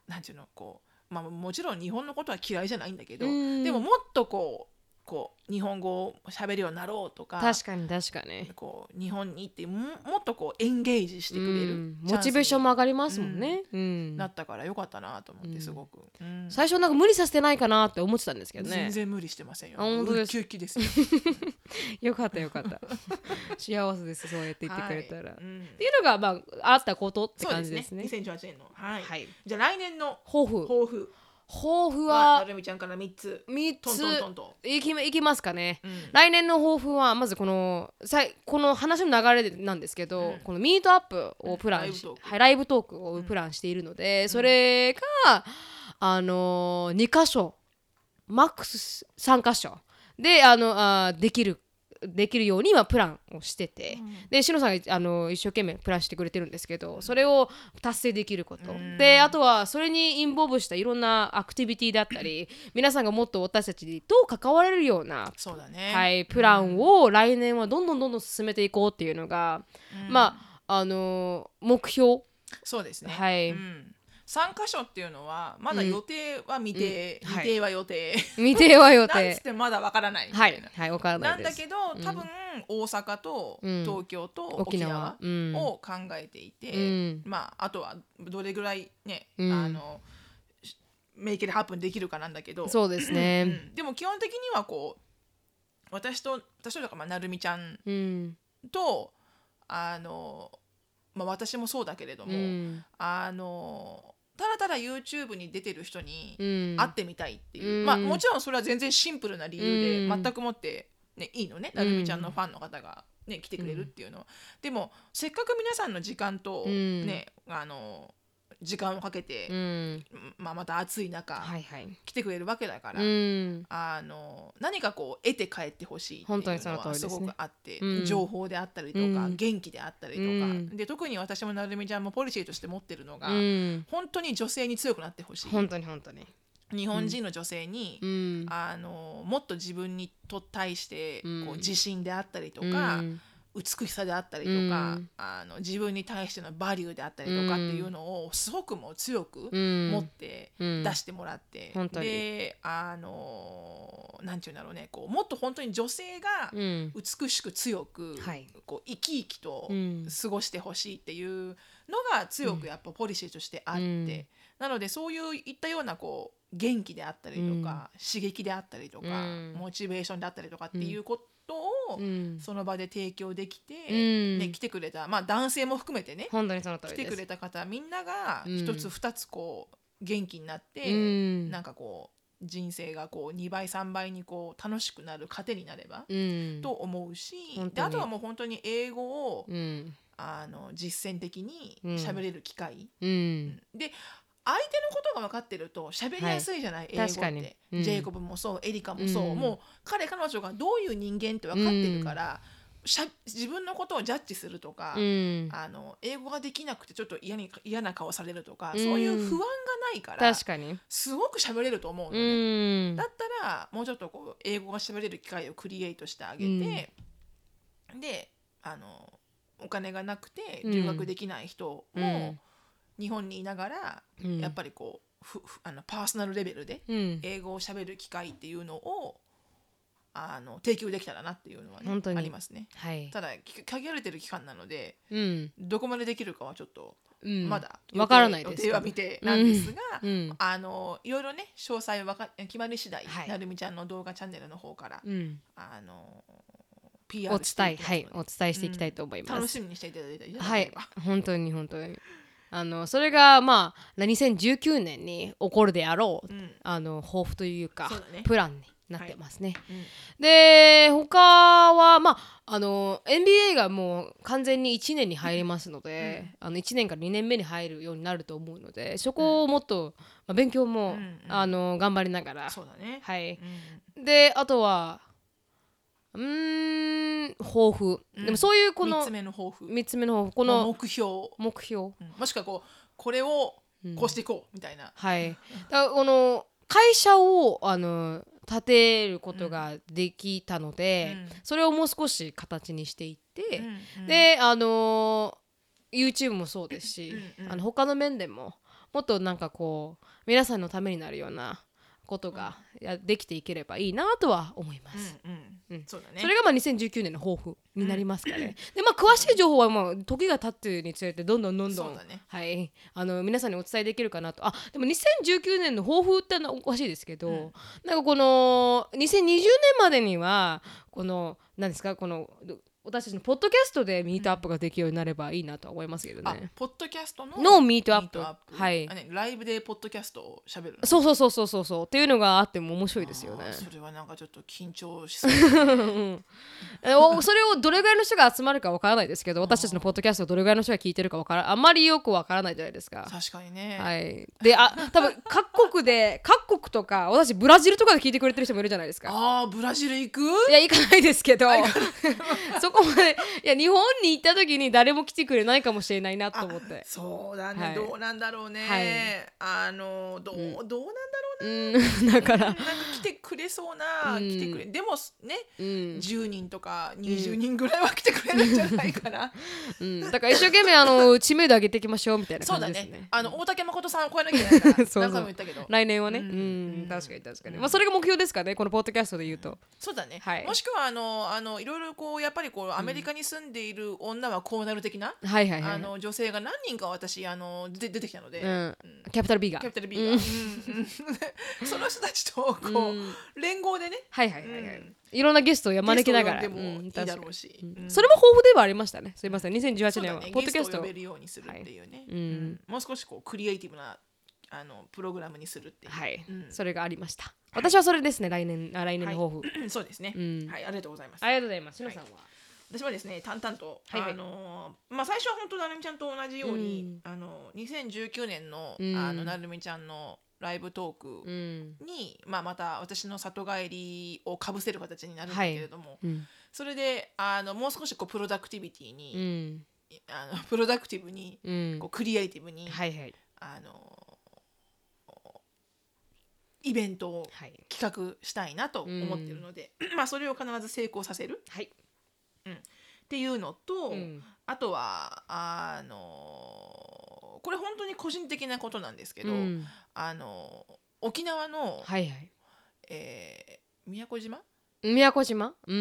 Speaker 2: なんていうのこう、まあ、もちろん日本のことは嫌いじゃないんだけど、
Speaker 1: うん
Speaker 2: でももっとこうこう日本語を喋るようになろうとか
Speaker 1: 確かに確かに
Speaker 2: こう日本に行ってももっとこうエンゲージしてくれる、
Speaker 1: うんモチベーション
Speaker 2: も
Speaker 1: も上がりますもんね、うん
Speaker 2: なったからよかったなと思ってすごく、うん
Speaker 1: 最初なんか無理させてないかなって思ってたんですけどね
Speaker 2: 全然無理してませんよ。
Speaker 1: あ本当です
Speaker 2: ウキウキですよ。
Speaker 1: よかったよかった幸せですそうやって言ってくれたら、
Speaker 2: はい
Speaker 1: っ
Speaker 2: うん
Speaker 1: ていうのがまああったことって
Speaker 2: そう
Speaker 1: 感
Speaker 2: で
Speaker 1: じ
Speaker 2: す
Speaker 1: で
Speaker 2: ね
Speaker 1: すね。
Speaker 2: 2018年の、はい
Speaker 1: はい
Speaker 2: じゃあ来年の
Speaker 1: 抱負
Speaker 2: 抱負
Speaker 1: 抱負
Speaker 2: はな
Speaker 1: は
Speaker 2: るみちゃんから3つ。
Speaker 1: 3
Speaker 2: トントントン
Speaker 1: つ
Speaker 2: と。
Speaker 1: いきいきますかね、
Speaker 2: うん
Speaker 1: 来年の抱負はまずこのさいこの話の流れでなんですけど、
Speaker 2: うん
Speaker 1: このミートアップをプランし、
Speaker 2: うんライブトーク
Speaker 1: はい、ライブトークをプランしているので、それがあの2箇所マックス3箇所であのあーできるできるように今プランをしてて、でしのさんがあの一生懸命プランしてくれてるんですけどそれを達成できること、
Speaker 2: うん
Speaker 1: であとはそれにインボーブしたいろんなアクティビティだったり皆さんがもっと私たちと関われるような、
Speaker 2: そうだね。
Speaker 1: はい、プランを来年はどんどんどんどん進めていこうっていうのが、
Speaker 2: うん
Speaker 1: まああの目標
Speaker 2: そうですね。
Speaker 1: はい
Speaker 2: うん3箇所っていうのはまだ予定は未定、
Speaker 1: うんうんはい
Speaker 2: 未定は予定、
Speaker 1: 未定は予
Speaker 2: なんつっ
Speaker 1: 定
Speaker 2: てまだわからないみ
Speaker 1: は
Speaker 2: たい
Speaker 1: い
Speaker 2: な、
Speaker 1: はいわからな
Speaker 2: ないん
Speaker 1: で
Speaker 2: だ
Speaker 1: す
Speaker 2: けど多分大阪と
Speaker 1: うん
Speaker 2: 東京と
Speaker 1: 沖
Speaker 2: 沖
Speaker 1: 縄
Speaker 2: 縄
Speaker 1: うん
Speaker 2: を考えていて、
Speaker 1: うん
Speaker 2: まああとはどれぐらいね、
Speaker 1: うん
Speaker 2: あのメイケルハップンできるかなんだけど
Speaker 1: そうです
Speaker 2: う
Speaker 1: ね
Speaker 2: んでも基本的にはこう私と私とだからまあなるみちゃん
Speaker 1: うん
Speaker 2: とあの、まあ、私もそうだけれど
Speaker 1: う
Speaker 2: も、
Speaker 1: ん
Speaker 2: あのただただ YouTube に出てる人に
Speaker 1: うん
Speaker 2: 会ってみたいっていう、
Speaker 1: うん
Speaker 2: まあもちろんそれは全然シンプルな理由で、
Speaker 1: うん
Speaker 2: 全くもって、ね、いいのね
Speaker 1: うん
Speaker 2: なるみちゃんのファンの方が、ね来てくれるっていうのは、でもせっかく皆さんの時間と、
Speaker 1: うん
Speaker 2: ねあの時間をかけて、
Speaker 1: うん
Speaker 2: まあ、また暑い中、
Speaker 1: はいはい
Speaker 2: 来てくれるわけだから、
Speaker 1: うん
Speaker 2: あの何かこう得て帰ってほしいってい
Speaker 1: 本
Speaker 2: う
Speaker 1: 当にその
Speaker 2: の
Speaker 1: 通り
Speaker 2: は
Speaker 1: です
Speaker 2: す
Speaker 1: ね
Speaker 2: ごくあって、
Speaker 1: うん
Speaker 2: 情報であったりとか、
Speaker 1: うん
Speaker 2: 元気であったりとか、
Speaker 1: うん
Speaker 2: で特に私もなるみちゃんもポリシーとして持ってるのが、
Speaker 1: うん
Speaker 2: 本当に女性に強くなってほしい
Speaker 1: 本当に本当に
Speaker 2: 日本人の女性に、
Speaker 1: うん
Speaker 2: あのもっと自分にと対して、
Speaker 1: うん
Speaker 2: こう自信であったりと
Speaker 1: う
Speaker 2: か、
Speaker 1: ん
Speaker 2: 美しさであったりとか、
Speaker 1: うん
Speaker 2: あの自分に対してのバリューであったりとかっていうのをすごくもう強く
Speaker 1: うん
Speaker 2: 持って
Speaker 1: うん
Speaker 2: 出してもらって、
Speaker 1: 本当に
Speaker 2: であのなんていうんだろうねこうもっと本当に女性が
Speaker 1: うん
Speaker 2: 美しく強く、
Speaker 1: はい
Speaker 2: こう生き生きと
Speaker 1: うん
Speaker 2: 過ごしてほしいっていうのが強くやっぱポリシーとしてあっ
Speaker 1: う
Speaker 2: て、
Speaker 1: ん
Speaker 2: なのでそういういったようなこう元気であったりとか、刺激であったりとか、
Speaker 1: うん
Speaker 2: モチベーションであったりとかっていうことを
Speaker 1: うん
Speaker 2: その場で提供できて、
Speaker 1: うん
Speaker 2: ね、来てくれた、まあ、男性も含めてね
Speaker 1: 本当にその通
Speaker 2: 来
Speaker 1: り
Speaker 2: て
Speaker 1: です
Speaker 2: くれた方みんなが
Speaker 1: うん
Speaker 2: 一つ二つこう元気になっ
Speaker 1: う
Speaker 2: て、
Speaker 1: ん
Speaker 2: なんかこう人生がこう2倍3倍にこう楽しくなる糧になれば、
Speaker 1: うん
Speaker 2: と思うし
Speaker 1: 本当に
Speaker 2: であとはもう本当に英語を、
Speaker 1: うん
Speaker 2: あの実践的に
Speaker 1: うん
Speaker 2: 喋れる機会、
Speaker 1: うん
Speaker 2: で相手のことが分かってると喋りやすいじゃない、英語って
Speaker 1: 確かにうん
Speaker 2: ジェイコブもそうエリカもそう、
Speaker 1: うん
Speaker 2: もう彼彼女がどういう人間って分かってるから、しゃ自分のことをジャッジするとか、
Speaker 1: うん
Speaker 2: あの英語ができなくてちょっと嫌に嫌な顔されるとか、
Speaker 1: うん
Speaker 2: そういう不安がないから
Speaker 1: 確かに
Speaker 2: すごく喋れると思うの
Speaker 1: う
Speaker 2: ね、
Speaker 1: ん
Speaker 2: だったらもうちょっとこう英語が喋れる機会をクリエイトしてあげて、であのお金がなくて留学できない人も日本にいながら、
Speaker 1: うん
Speaker 2: やっぱりこうふふあのパーソナルレベルで
Speaker 1: うん
Speaker 2: 英語を喋る機会っていうのをあの提供できたらなっていうのは、ね
Speaker 1: 本、当に
Speaker 2: ありますね。
Speaker 1: はい
Speaker 2: ただき限られてる期間なので
Speaker 1: うん
Speaker 2: どこまでできるかはちょっと
Speaker 1: うん
Speaker 2: まだ
Speaker 1: わからないです
Speaker 2: 予定は見てなんですが、
Speaker 1: うん
Speaker 2: あのいろいろね詳細わか決まり次第、
Speaker 1: はい
Speaker 2: なるみちゃんの動画チャンネルの方から、
Speaker 1: うん
Speaker 2: あの
Speaker 1: お
Speaker 2: PR して
Speaker 1: 伝え
Speaker 2: きます
Speaker 1: はい
Speaker 2: ので
Speaker 1: お伝えしていきたいと思います
Speaker 2: 楽しみにしていただいていただけ
Speaker 1: は
Speaker 2: れ
Speaker 1: い
Speaker 2: ば、
Speaker 1: 本当に本当にあのそれがまあ2019年に起こるであろう、
Speaker 2: うん
Speaker 1: あの抱負というか
Speaker 2: そうだね
Speaker 1: プランになってますね、
Speaker 2: うん
Speaker 1: で他はまああの NBA がもう完全に1年に入りますので、あの1年から2年目に入るようになると思うのでそこをもっと、まあ、勉強も、
Speaker 2: うんうん
Speaker 1: あの頑張りながら
Speaker 2: そうだね、
Speaker 1: はい、
Speaker 2: うん
Speaker 1: であとはうーん抱負、
Speaker 2: うん
Speaker 1: でもそういうこ
Speaker 2: 三
Speaker 1: の
Speaker 2: つ目の抱負
Speaker 1: 3つ目の抱負こ
Speaker 2: の
Speaker 1: の
Speaker 2: 目標、
Speaker 1: 目標
Speaker 2: うんもしくはこうこれをこうしていこうみたいな、
Speaker 1: はいだからこの会社をあの立てることができたので、
Speaker 2: うん
Speaker 1: それをもう少し形にしていって、
Speaker 2: うんうん
Speaker 1: であの YouTube もそうですし、
Speaker 2: うんうん
Speaker 1: あの他の面でももっとなんかこう皆さんのためになるようなことがやできていければいいなとは思います。
Speaker 2: うんうん
Speaker 1: うん
Speaker 2: そうだね
Speaker 1: それがまあ2019年の抱負になりますかね。でまあ詳しい情報はもう時が経ってにつれてどんどんどんど、
Speaker 2: そうんだね
Speaker 1: はいあの皆さんにお伝えできるかなとあでも2019年の抱負ってのはおかしいですけど、
Speaker 2: うん
Speaker 1: なんかこの2020年までにはこの何ですかこのど私たちのポッドキャストでミートアップができるようになればいいなとは思いますけど
Speaker 2: あ
Speaker 1: ね。
Speaker 2: ポッドキャストの
Speaker 1: のミートアップ
Speaker 2: ミ
Speaker 1: はい
Speaker 2: あねライブでポッドキャストを喋るの
Speaker 1: そうそうそうそうそうそうっていうのがあっても面白いですよね
Speaker 2: あ。ーそれはなんかちょっと緊張しそうだ ね
Speaker 1: えおそれをどれぐらいの人が集まるかわからないですけど私たちのポッドキャストをどれぐらいの人が聞いてるかわからあんまりよくわからないじゃないですか。
Speaker 2: 確かにね、
Speaker 1: はい、であ多分 各国で各国とか私ブラジルとかで聞いてくれてる人もいるじゃないですか。
Speaker 2: あーブラジル行く
Speaker 1: いや行かないですけど そこまでいや日本に行った時に誰も来てくれないかもしれないなと思って
Speaker 2: あ。そうだね、
Speaker 1: はい
Speaker 2: どうなんだろうね、あのどう、どうなんだ
Speaker 1: うん だか
Speaker 2: ろう
Speaker 1: ら、
Speaker 2: ねなんか来てくれそうな、
Speaker 1: うん
Speaker 2: 来てくれでもね、
Speaker 1: うん
Speaker 2: 10人とか20人ぐらいは来てくれるんじゃない かな、
Speaker 1: うん、だから一生懸命あの知名度上げていきましょうみたいな
Speaker 2: そう
Speaker 1: 感
Speaker 2: だ
Speaker 1: じ
Speaker 2: ね
Speaker 1: ですね。
Speaker 2: あの大竹誠さんを超えなきゃいけないから
Speaker 1: そうそう
Speaker 2: 何回も言ったけど
Speaker 1: 来年はね、う
Speaker 2: うんん、
Speaker 1: 確かに確かに、まあそれが目標ですかねこのポッドキャストで言うと、
Speaker 2: そうだね、
Speaker 1: はい
Speaker 2: もしくはあのあのいろいろこうやっぱりこうアメリカに住んでいる女はこうなる的な、
Speaker 1: はいはいはい
Speaker 2: あの女性が何人か私あので出てきたので、
Speaker 1: うん、キャピタル B が
Speaker 2: キャピタル B が、うんうん その人たちとこう、
Speaker 1: うん
Speaker 2: 連合でね
Speaker 1: はいはいはいはい、
Speaker 2: うん
Speaker 1: いろんなゲストを招きながら
Speaker 2: ゲストを呼んでもいい
Speaker 1: うん確か
Speaker 2: だ
Speaker 1: に
Speaker 2: ろうし、うん
Speaker 1: それも豊富ではありましたねすいません
Speaker 2: そ
Speaker 1: 2018
Speaker 2: うだ
Speaker 1: 年は、
Speaker 2: ね
Speaker 1: ポッドキャ
Speaker 2: ゲ
Speaker 1: スト
Speaker 2: トを
Speaker 1: を
Speaker 2: 呼べるようにするっていうね、
Speaker 1: うん
Speaker 2: うんもう少しこうクリエイティブなあのプログラムにするっていう、
Speaker 1: はい、
Speaker 2: うん
Speaker 1: それがありました私はそれですね来年あ来年の抱負、
Speaker 2: そうですね、
Speaker 1: うん
Speaker 2: はい ありがとうございます
Speaker 1: ありがとうございますしのさんは、
Speaker 2: 私はですね淡々と、
Speaker 1: はいはい
Speaker 2: あのーまあ、最初は本当なるみちゃんと同じように、あの2019年の,、あ
Speaker 1: う
Speaker 2: の
Speaker 1: ん
Speaker 2: なるみちゃんのライブトー
Speaker 1: う
Speaker 2: ク
Speaker 1: ん
Speaker 2: に、まあ、また私の里帰りをかぶせる形になるんだけれども、
Speaker 1: うん
Speaker 2: それであのもう少しこうプロダクティビティ
Speaker 1: う
Speaker 2: に、
Speaker 1: ん
Speaker 2: あのプロダクティブに
Speaker 1: うん
Speaker 2: こうクリエイティブに、
Speaker 1: はいはい
Speaker 2: あのイベントを
Speaker 1: はい
Speaker 2: 企画したいなと思ってるので、 まあそれを必ず成功させる
Speaker 1: はい
Speaker 2: っていうのと、
Speaker 1: うん
Speaker 2: あとはあのこれ本当に個人的なことなんですけど、
Speaker 1: うん
Speaker 2: あの沖縄の、
Speaker 1: はいはい
Speaker 2: えー宮古島だっ
Speaker 1: 宮古島だっけ、
Speaker 2: け、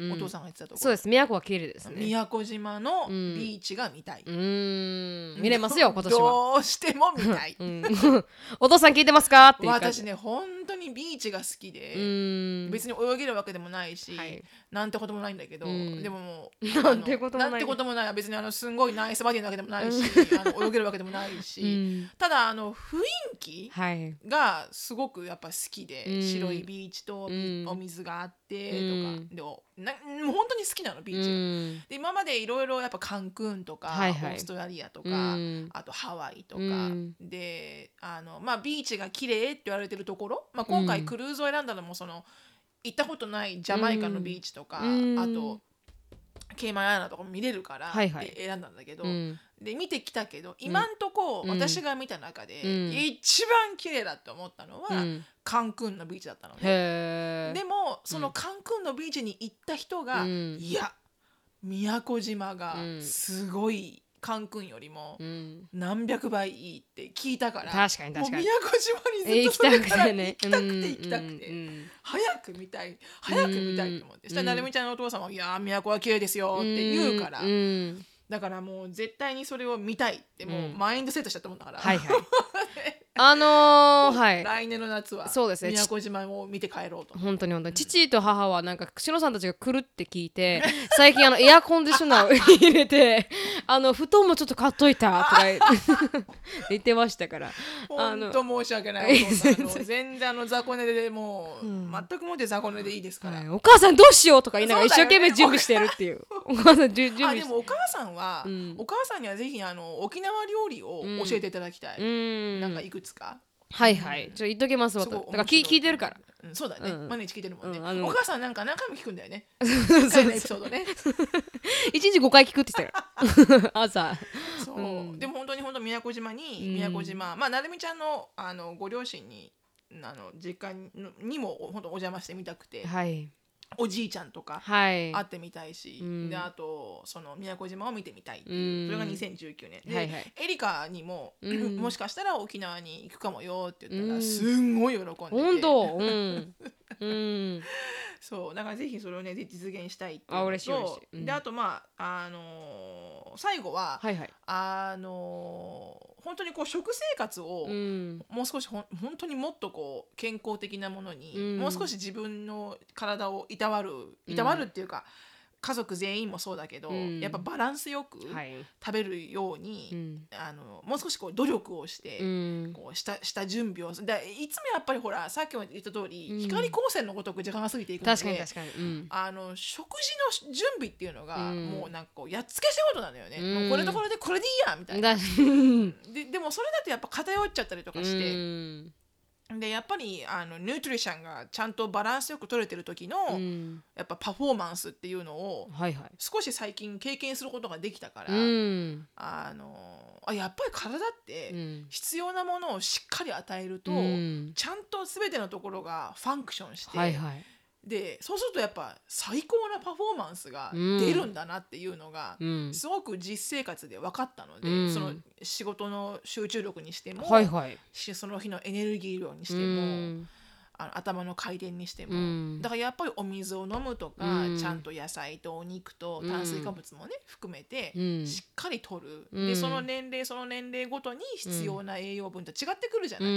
Speaker 1: うん、
Speaker 2: お父さ
Speaker 1: ん
Speaker 2: んが言ってたとこ
Speaker 1: そうです宮古は綺麗ですね
Speaker 2: 宮古島の
Speaker 1: うん
Speaker 2: ビーチが見たい、
Speaker 1: うーん見れますよ今年は。
Speaker 2: どうしても見たい、
Speaker 1: うんお父さん聞いてますかっていう感じ
Speaker 2: 私ね本当ににビーチが好き
Speaker 1: う
Speaker 2: で、
Speaker 1: ん
Speaker 2: 別に泳げるわけでもないし、
Speaker 1: はい
Speaker 2: なんてこともないんだけど、
Speaker 1: うん
Speaker 2: でもも う
Speaker 1: なんてこともない
Speaker 2: あのんてこともない別にあのすんごいナイスバディなわけで もないし、あの泳げるわけでもないうし、
Speaker 1: ん
Speaker 2: ただあの雰囲気
Speaker 1: はい
Speaker 2: がすごくやっぱ好きで、
Speaker 1: うん
Speaker 2: 白いビーチと
Speaker 1: うん
Speaker 2: お水があってと
Speaker 1: う
Speaker 2: か、
Speaker 1: ん
Speaker 2: でおなもう本当に好きなのビーチが。
Speaker 1: うん
Speaker 2: で今までいろいろやっぱカンクンとか、
Speaker 1: はいはい
Speaker 2: オーストラリアとか、
Speaker 1: うん
Speaker 2: あとハワイとか、
Speaker 1: うん
Speaker 2: であの、まあ、ビーチが綺麗って言われてるところ、まあ、今
Speaker 1: う
Speaker 2: 回
Speaker 1: ん
Speaker 2: クルーズを選んだのもその行ったことないジャマイカのビーチとか、
Speaker 1: うん
Speaker 2: あとケイマンアイランドとかも見れるから
Speaker 1: はいはい
Speaker 2: で選んだんだけど、
Speaker 1: うん
Speaker 2: で見てきたけど今んとこ
Speaker 1: うん
Speaker 2: 私が見た中で、
Speaker 1: うん
Speaker 2: 一番綺麗だと思ったのは、
Speaker 1: うん
Speaker 2: カンクンのビーチだったのね。
Speaker 1: へえ
Speaker 2: でもそのカンクンのビーチに行った人が、
Speaker 1: うん
Speaker 2: いや宮古島が
Speaker 1: うん
Speaker 2: すごいカンクンよりも
Speaker 1: うん
Speaker 2: 何百倍いいって聞いたから、
Speaker 1: 確かに
Speaker 2: もう
Speaker 1: 確か
Speaker 2: 宮
Speaker 1: に
Speaker 2: 古島に
Speaker 1: え行
Speaker 2: ずっと
Speaker 1: き
Speaker 2: それ
Speaker 1: たく
Speaker 2: から
Speaker 1: て
Speaker 2: 行
Speaker 1: ね
Speaker 2: きたくて
Speaker 1: うん
Speaker 2: 行きたくて、
Speaker 1: うん
Speaker 2: 早く見たい早く見たいと思って、そしたらなるみちゃんのお父さんは「いやー宮古は綺麗ですよ」って言うから、
Speaker 1: んん
Speaker 2: だからもう絶対にそれを見たいってもううんマインドセットしちゃったもんだから、
Speaker 1: はいはいあ のーはい
Speaker 2: 来年の夏は
Speaker 1: そうですね
Speaker 2: 宮古島を見て帰ろうと。
Speaker 1: 本当に本当に父と母はなんかしのさんたちが来るって聞いて 最近あのエアコンディショ ナーを入れてあの布団もちょっと買っといたとか言って 言ってましたからあ
Speaker 2: 本
Speaker 1: の
Speaker 2: 当申し訳ない。お 父さんあの全然あの雑魚寝でもう、全くもって雑魚寝でいいですから。
Speaker 1: はいお母さんどうしようとか言いながら一
Speaker 2: そう
Speaker 1: 生
Speaker 2: だよね
Speaker 1: 懸命準備してるって いうお母さんじゅ準
Speaker 2: あ
Speaker 1: 備
Speaker 2: で
Speaker 1: して
Speaker 2: もお母さんは、
Speaker 1: うん
Speaker 2: お母さんにはぜひあの沖縄料理を教えていただきたい。
Speaker 1: うん
Speaker 2: なんかいくつか。
Speaker 1: はいはいちょ言っときますわ
Speaker 2: す
Speaker 1: と
Speaker 2: ご
Speaker 1: だ
Speaker 2: い
Speaker 1: から聞い聞いてるから。
Speaker 2: うん、そうだね、
Speaker 1: うん
Speaker 2: 毎日聞いてるもんね、
Speaker 1: うんあの
Speaker 2: お母さんなんか何回も聞くんだよね。1回のエピソードね。
Speaker 1: 一日5回聞くって言ってた から朝
Speaker 2: そう、
Speaker 1: うん
Speaker 2: でも本当に本当宮古島に、
Speaker 1: うん
Speaker 2: 宮古島まあなるみちゃんのあのご両親にあの実家ににも本当お邪魔してみたくて、
Speaker 1: はい
Speaker 2: おじいちゃんとか
Speaker 1: はい
Speaker 2: 会ってみたいし、
Speaker 1: うん
Speaker 2: であとその宮古島を見てみたいって
Speaker 1: う
Speaker 2: い
Speaker 1: ん
Speaker 2: うそれが2019年で、
Speaker 1: はいはい
Speaker 2: エリカにも、
Speaker 1: うん
Speaker 2: もしかしたら沖縄に行くかもよって言ったら、
Speaker 1: うん
Speaker 2: すんごい喜んでて
Speaker 1: 本当 うんうん
Speaker 2: そうだからぜひそれをねぜ実現したいっていう
Speaker 1: あ
Speaker 2: の
Speaker 1: 嬉しい嬉し
Speaker 2: と
Speaker 1: いうん
Speaker 2: であとまああのー最後は、
Speaker 1: はいはい
Speaker 2: あのー本当にこう食生活を、
Speaker 1: うん
Speaker 2: もう少しほん本当にもっとこう健康的なものに、
Speaker 1: うん
Speaker 2: もう少し自分の体をいたわるいたわるっていうか、家族全員もそうだけど、
Speaker 1: うん
Speaker 2: やっぱバランスよく食
Speaker 1: はい
Speaker 2: べるように、
Speaker 1: うん
Speaker 2: あのもう少しこう努力をして。
Speaker 1: うん
Speaker 2: こうしたした準備をでいつもやっぱりほらさっきも言った通り、
Speaker 1: うん
Speaker 2: 光光線のごとく時間が過ぎていくので
Speaker 1: 確かに確かにうん
Speaker 2: あの食事の準備っていうのが、
Speaker 1: うん
Speaker 2: もうなんかこうやっつけ仕事なんだよね、
Speaker 1: うん
Speaker 2: もうこれとこれでこれでいいやみたいな
Speaker 1: だし
Speaker 2: ででもそれだとやっぱ偏っちゃったりとかして、
Speaker 1: うん
Speaker 2: でやっぱりあのニュートリションがちゃんとバランスよく取れてる時の、
Speaker 1: うん
Speaker 2: やっぱパフォーマンスっていうのを
Speaker 1: はいはい
Speaker 2: 少し最近経験することができたから、
Speaker 1: うん
Speaker 2: あのあやっぱり体って
Speaker 1: うん
Speaker 2: 必要なものをしっかり与えると、
Speaker 1: うん
Speaker 2: ちゃんと全てのところがファンクションして、
Speaker 1: はいはい
Speaker 2: でそうするとやっぱ最高なパフォーマンスが
Speaker 1: うん
Speaker 2: 出るんだなっていうのが、
Speaker 1: うん
Speaker 2: すごく実生活で分かったので、
Speaker 1: うん
Speaker 2: その仕事の集中力にしても、
Speaker 1: はいはい
Speaker 2: しその日のエネルギー量にし
Speaker 1: う
Speaker 2: ても。
Speaker 1: ん
Speaker 2: あの頭の回転にしても、
Speaker 1: うん
Speaker 2: だからやっぱりお水を飲むとか、
Speaker 1: うん
Speaker 2: ちゃんと野菜とお肉と
Speaker 1: うん
Speaker 2: 炭水化物もね含めて
Speaker 1: うん
Speaker 2: しっかりとる、
Speaker 1: う
Speaker 2: で
Speaker 1: ん
Speaker 2: その年齢その年齢ごとに必要な栄養分と違ってくるじゃ
Speaker 1: う
Speaker 2: ない、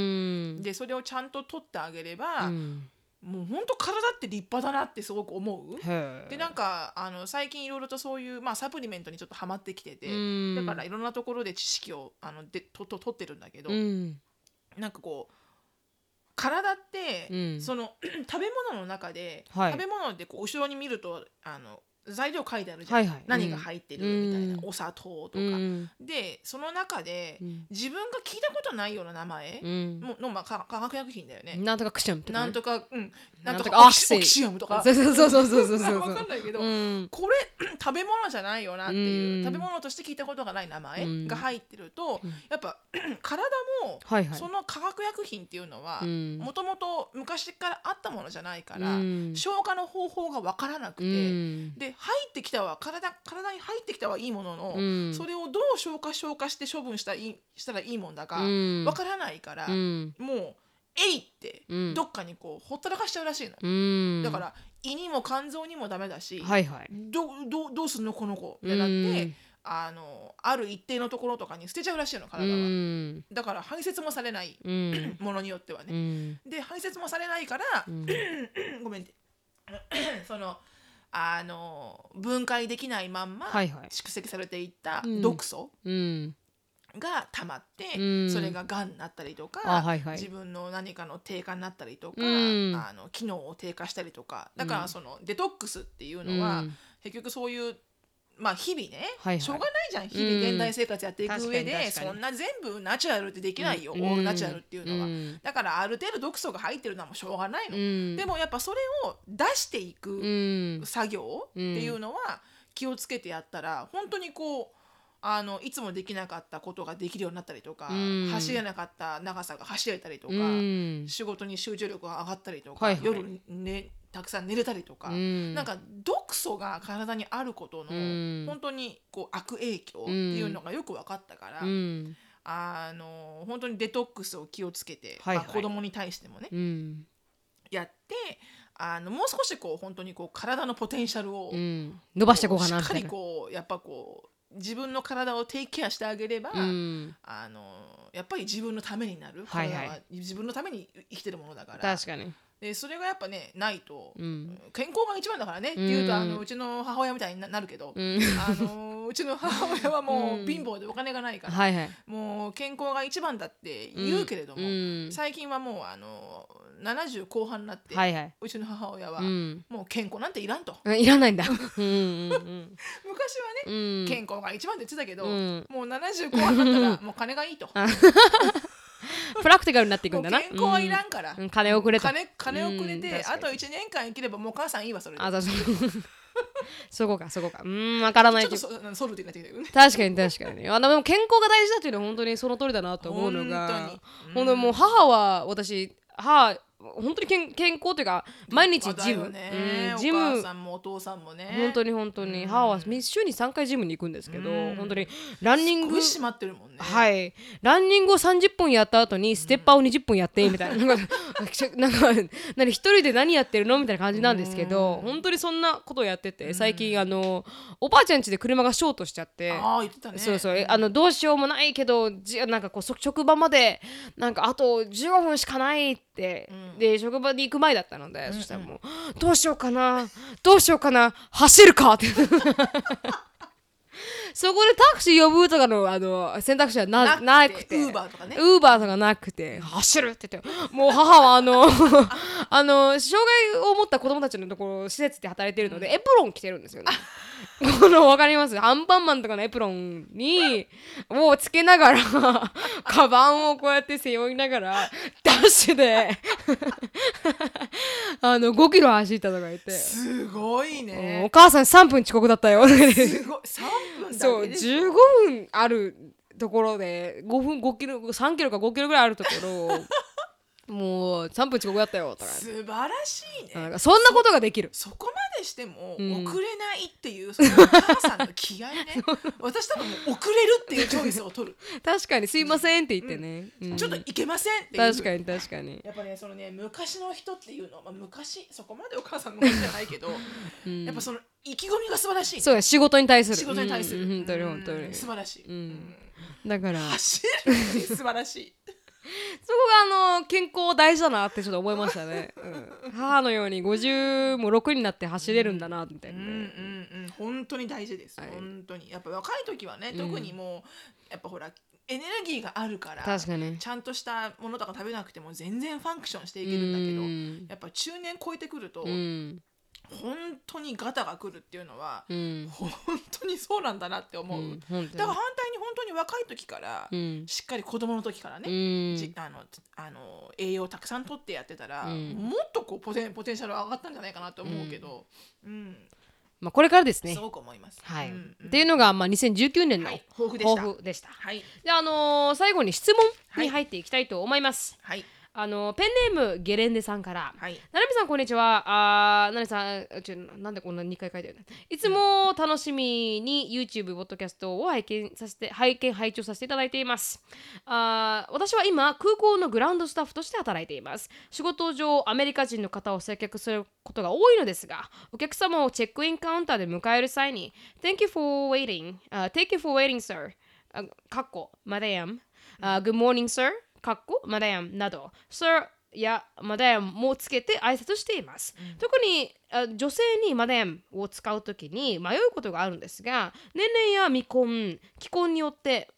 Speaker 1: ん
Speaker 2: でそれをちゃんと取ってあげれば、
Speaker 1: うん
Speaker 2: もうほんと体って立派だなってすごく思う。
Speaker 1: へえ
Speaker 2: でなんかあの最近いろいろとそういう、まあ、サプリメントにちょっとハマってきてて、
Speaker 1: うん
Speaker 2: だからいろんなところで知識をあのでとと取ってるんだけど、
Speaker 1: うん
Speaker 2: なんかこう体って、
Speaker 1: うん
Speaker 2: その 食べ物の中で、
Speaker 1: はい
Speaker 2: 食べ物ってこう後ろに見るとあの材料書いてあるじゃん、
Speaker 1: はいはい
Speaker 2: 何が入ってる
Speaker 1: うん
Speaker 2: みたいな、
Speaker 1: うん
Speaker 2: お砂糖とか、
Speaker 1: うん
Speaker 2: でその中で、
Speaker 1: うん
Speaker 2: 自分が聞いたことないような名前
Speaker 1: うん
Speaker 2: もうの、まあ、か化学薬品だよね、
Speaker 1: なんとかクッションとかね
Speaker 2: なんとか、うん、なんと
Speaker 1: なんとか
Speaker 2: かオキシ
Speaker 1: オ
Speaker 2: オ
Speaker 1: キ
Speaker 2: キ
Speaker 1: シ
Speaker 2: シアムとか
Speaker 1: そうそうそうそうそうそう そう
Speaker 2: 分かんないけど、
Speaker 1: うん
Speaker 2: これ 食べ物じゃないよなっていう、
Speaker 1: うん
Speaker 2: 食べ物として聞いたことがない名
Speaker 1: う
Speaker 2: 前
Speaker 1: ん
Speaker 2: が入ってると、
Speaker 1: うん
Speaker 2: やっぱ 体も
Speaker 1: はいはい
Speaker 2: その化学薬品っていうのは
Speaker 1: うん
Speaker 2: もともと昔からあったものじゃないから、
Speaker 1: うん
Speaker 2: 消化の方法が分からなくて、
Speaker 1: うん
Speaker 2: で入ってきたは体体に入ってきたはいいものの、
Speaker 1: うん
Speaker 2: それをどう消化消化して処分したらいいしたらいいもんだか
Speaker 1: う
Speaker 2: 分
Speaker 1: ん
Speaker 2: からないから、
Speaker 1: うん
Speaker 2: もう「えい!」って
Speaker 1: うん
Speaker 2: どっかにこうほったらかしちゃうらしいの。
Speaker 1: うん
Speaker 2: だから胃にも肝臓にもダメだし、
Speaker 1: はいはい
Speaker 2: どどどうすんのこの子ってなって、あのある一定のところとかに捨てちゃうらしいの
Speaker 1: う
Speaker 2: 体が、
Speaker 1: ん
Speaker 2: だから排泄もされない
Speaker 1: うん
Speaker 2: ものによっては
Speaker 1: う
Speaker 2: ね、
Speaker 1: ん
Speaker 2: で排泄もされないから、
Speaker 1: うん
Speaker 2: ごめんて そのあの分解できないまんま
Speaker 1: はいはい
Speaker 2: 蓄積されていった
Speaker 1: うん
Speaker 2: 毒素
Speaker 1: うん
Speaker 2: が溜まって、
Speaker 1: うん
Speaker 2: それががんになったりとか、
Speaker 1: あはいはい
Speaker 2: 自分の何かの低下になったりとか、
Speaker 1: うん
Speaker 2: あの機能を低下したりとかだか
Speaker 1: うん
Speaker 2: らそのデトックスっていう
Speaker 1: うん
Speaker 2: のは、結局そういう。まあ日々ね、
Speaker 1: はいはい
Speaker 2: しょうがないじゃん日々現代生活やっていく上
Speaker 1: うん確かに
Speaker 2: で、
Speaker 1: 確かに
Speaker 2: そんな全部ナチュラルってできないよ、
Speaker 1: うん
Speaker 2: オールナチュラルっていうのは、
Speaker 1: うん
Speaker 2: だからある程度毒素が入ってるのはもうしょうがないの、
Speaker 1: うん
Speaker 2: でもやっぱそれを出してい
Speaker 1: うんうん
Speaker 2: く作業っていうのは気をつけてやったら本当にこうあのいつもできなかったことができるようになったりとか、
Speaker 1: うん
Speaker 2: 走れなかった長さが走れたりとか、
Speaker 1: うん
Speaker 2: 仕事に集中力が上がったりとか、
Speaker 1: はいはい
Speaker 2: 夜ね、たくさん寝れたりとか、
Speaker 1: うん
Speaker 2: なんか毒素が体にあることの、
Speaker 1: うん
Speaker 2: 本当にこう悪影響っていうのがよく分かったから、
Speaker 1: うん
Speaker 2: あの本当にデトックスを気をつけて、
Speaker 1: はいはい
Speaker 2: まあ子供に対してもね、
Speaker 1: うん
Speaker 2: やってあのもう少しこう本当にこう体のポテンシャルを、
Speaker 1: うん伸ばしていこうかな
Speaker 2: しっか
Speaker 1: みたい
Speaker 2: り
Speaker 1: な
Speaker 2: こうやっぱこう自分の体をテイクケアしてあげれば、
Speaker 1: うん
Speaker 2: あのやっぱり自分のためになる、
Speaker 1: はいはい
Speaker 2: 体自分のために生きてるものだから
Speaker 1: 確かに
Speaker 2: でそれがやっぱねないと、
Speaker 1: うん
Speaker 2: 健康が一番だからね、っていうとあ
Speaker 1: う
Speaker 2: の
Speaker 1: ん
Speaker 2: うちの母親みたいにななるけど、
Speaker 1: うん
Speaker 2: あのうちの母親は も
Speaker 1: うん
Speaker 2: う貧乏でお金がないから、
Speaker 1: はいはい
Speaker 2: もう健康が一番だって言うけれども、
Speaker 1: うん
Speaker 2: 最近はもうあの70後半になって、
Speaker 1: はいはいう
Speaker 2: ちの母親は、
Speaker 1: うん
Speaker 2: もう健康なんていらんと
Speaker 1: うんいら ないんだうんうん
Speaker 2: 昔はね、
Speaker 1: うんうん
Speaker 2: 健康が一番って言ってたけど、
Speaker 1: うん
Speaker 2: もう70後半に なったらもう金がいいとも
Speaker 1: あプラクティカルになっていくん
Speaker 2: う
Speaker 1: だな
Speaker 2: 健康はいらんから、
Speaker 1: うんうん金をくれと
Speaker 2: 金金をくれ
Speaker 1: うん
Speaker 2: て、
Speaker 1: 確か
Speaker 2: あ
Speaker 1: に
Speaker 2: と1年間生きればもうお母さんいいわそれで
Speaker 1: あ、そうそう。 そこか、そこか。うーん、わからない
Speaker 2: ちょ
Speaker 1: け
Speaker 2: っと
Speaker 1: ど。
Speaker 2: そソルティになってきたけどね
Speaker 1: 確かに確かに。あでも健康が大事だというのは本当にその通りだなと思うのが
Speaker 2: 本。
Speaker 1: 本当にもう母は私、母、本当に健健康というか、毎日ジム。
Speaker 2: まあだよね
Speaker 1: うん
Speaker 2: ジ
Speaker 1: ジ
Speaker 2: ムお
Speaker 1: ム
Speaker 2: 母さ。んもお父さんもね
Speaker 1: 本当
Speaker 2: に
Speaker 1: に本当に母は週に3回ジムに行くんですけど
Speaker 2: うん
Speaker 1: 本当にランニング
Speaker 2: 締まってるもんね
Speaker 1: はい、ランニングを30分やった後にステッパーを20分やってみたいななんかなんか何一人で何やってるのみたいな感じなんですけど本当にそんなことをやってて最近あのおばあちゃん家で車がショートしちゃって。
Speaker 2: ああ言ってたね
Speaker 1: そうそうえあのどうしようもないけどじなんかこうそ職場までなんかあと15分しかないって、で職場に行く前だったので、そしたらもうどうしようかなどうしようかな走る かってそこでタクシー呼ぶとかのあの選択肢はなな
Speaker 2: な
Speaker 1: く
Speaker 2: く
Speaker 1: て
Speaker 2: てウーバーとかね
Speaker 1: ウーバーとかなくて走るって言ってもう母はあ のあの障害を持った子供たちのところ施設で働いてるのでエプロン着てるんですよね。この分かりますアンパンマンとかのエプロンにをつけな がらカバンをこうやって背負いながらダッシュで あの5キロ走ったとか言って、
Speaker 2: すごい
Speaker 1: お
Speaker 2: ね
Speaker 1: 母さん3分遅刻だったよ。
Speaker 2: すごい3分
Speaker 1: そ
Speaker 2: だ
Speaker 1: う
Speaker 2: けでしょ
Speaker 1: 15分あるところで5分5キロ3キロか5キロぐらいあるところ をもう3分遅刻だったよとか
Speaker 2: 素晴らしいね
Speaker 1: なんかそんなことができる
Speaker 2: そこまでしても遅
Speaker 1: うん
Speaker 2: れないっていうそのお母さんの気合 ね私多分もう遅れるっていうチョイスを取る
Speaker 1: 確かに「すいません」って言ってね、 うん
Speaker 2: ちょっといけませんっていう
Speaker 1: 確かに確かに
Speaker 2: やっぱねそのね昔の人っていうのは、まあ、昔そこまでお母さんの昔じゃな いけど、やっぱその意気込みが素晴らしい
Speaker 1: そうだ仕事に対する
Speaker 2: 仕事に対する、
Speaker 1: うん本当に本当
Speaker 2: うん
Speaker 1: に
Speaker 2: 素晴らしい、
Speaker 1: んだからそ
Speaker 2: 走るって素晴らし い
Speaker 1: こがあの健康大事だなってちょっと思いましたね、うん母のように50も6になって走れるんだなみたい
Speaker 2: うん
Speaker 1: な
Speaker 2: う
Speaker 1: ね、
Speaker 2: んうん本当に大事です、
Speaker 1: はい
Speaker 2: 本当にやっぱ若い時はね特にもう、やっぱほらエネルギーがあるから
Speaker 1: 確かに
Speaker 2: ちゃんとしたものとか食べなくても全然ファンクションしていけるんだけど、
Speaker 1: うん
Speaker 2: やっぱ中年超えてくると、
Speaker 1: うん
Speaker 2: 本当にガタがくるっていうのは、
Speaker 1: うん
Speaker 2: 本当にそうなんだなって思う、
Speaker 1: うん本当
Speaker 2: だから
Speaker 1: に
Speaker 2: 反対に本当に若い時から、
Speaker 1: うん
Speaker 2: しっかり子供の時からね、
Speaker 1: うん
Speaker 2: じあのあの栄養をたくさん取ってやってたら、
Speaker 1: うん
Speaker 2: もっとこうポテンポテンシャル上がったんじゃないかなと思うけど、うん
Speaker 1: まあ、これからですね
Speaker 2: す。ごく思います。
Speaker 1: はい、
Speaker 2: うんうん
Speaker 1: っていうのが、まあ、2019年の
Speaker 2: はい、抱負でし
Speaker 1: 抱
Speaker 2: た。
Speaker 1: 負でした。
Speaker 2: はい、
Speaker 1: で、あのー最後に質問に入っていきたいと思います。
Speaker 2: はい、
Speaker 1: あのペンネームゲレンデさんから、
Speaker 2: はい
Speaker 1: ななみさんこんにちは。あーななみさんあちょなんでこんな2回書いてるのいつも楽しみに YouTube ポッドキャストを拝見させて拝見拝聴させていただいています。あー私は今空港のグランドスタッフとして働いています。仕事上アメリカ人の方を接客することが多いのですが、お客様をチェックインカウンターで迎える際に Thank you for waiting.、thank you for waiting, sir. あかっこ Madam. あ Good morning, sir. かっこマダヤムなど、Sir やマダヤムもつけて挨拶しています。特にあ女性にマダヤムを使うときに迷うことがあるんですが、年齢や未婚、既婚によって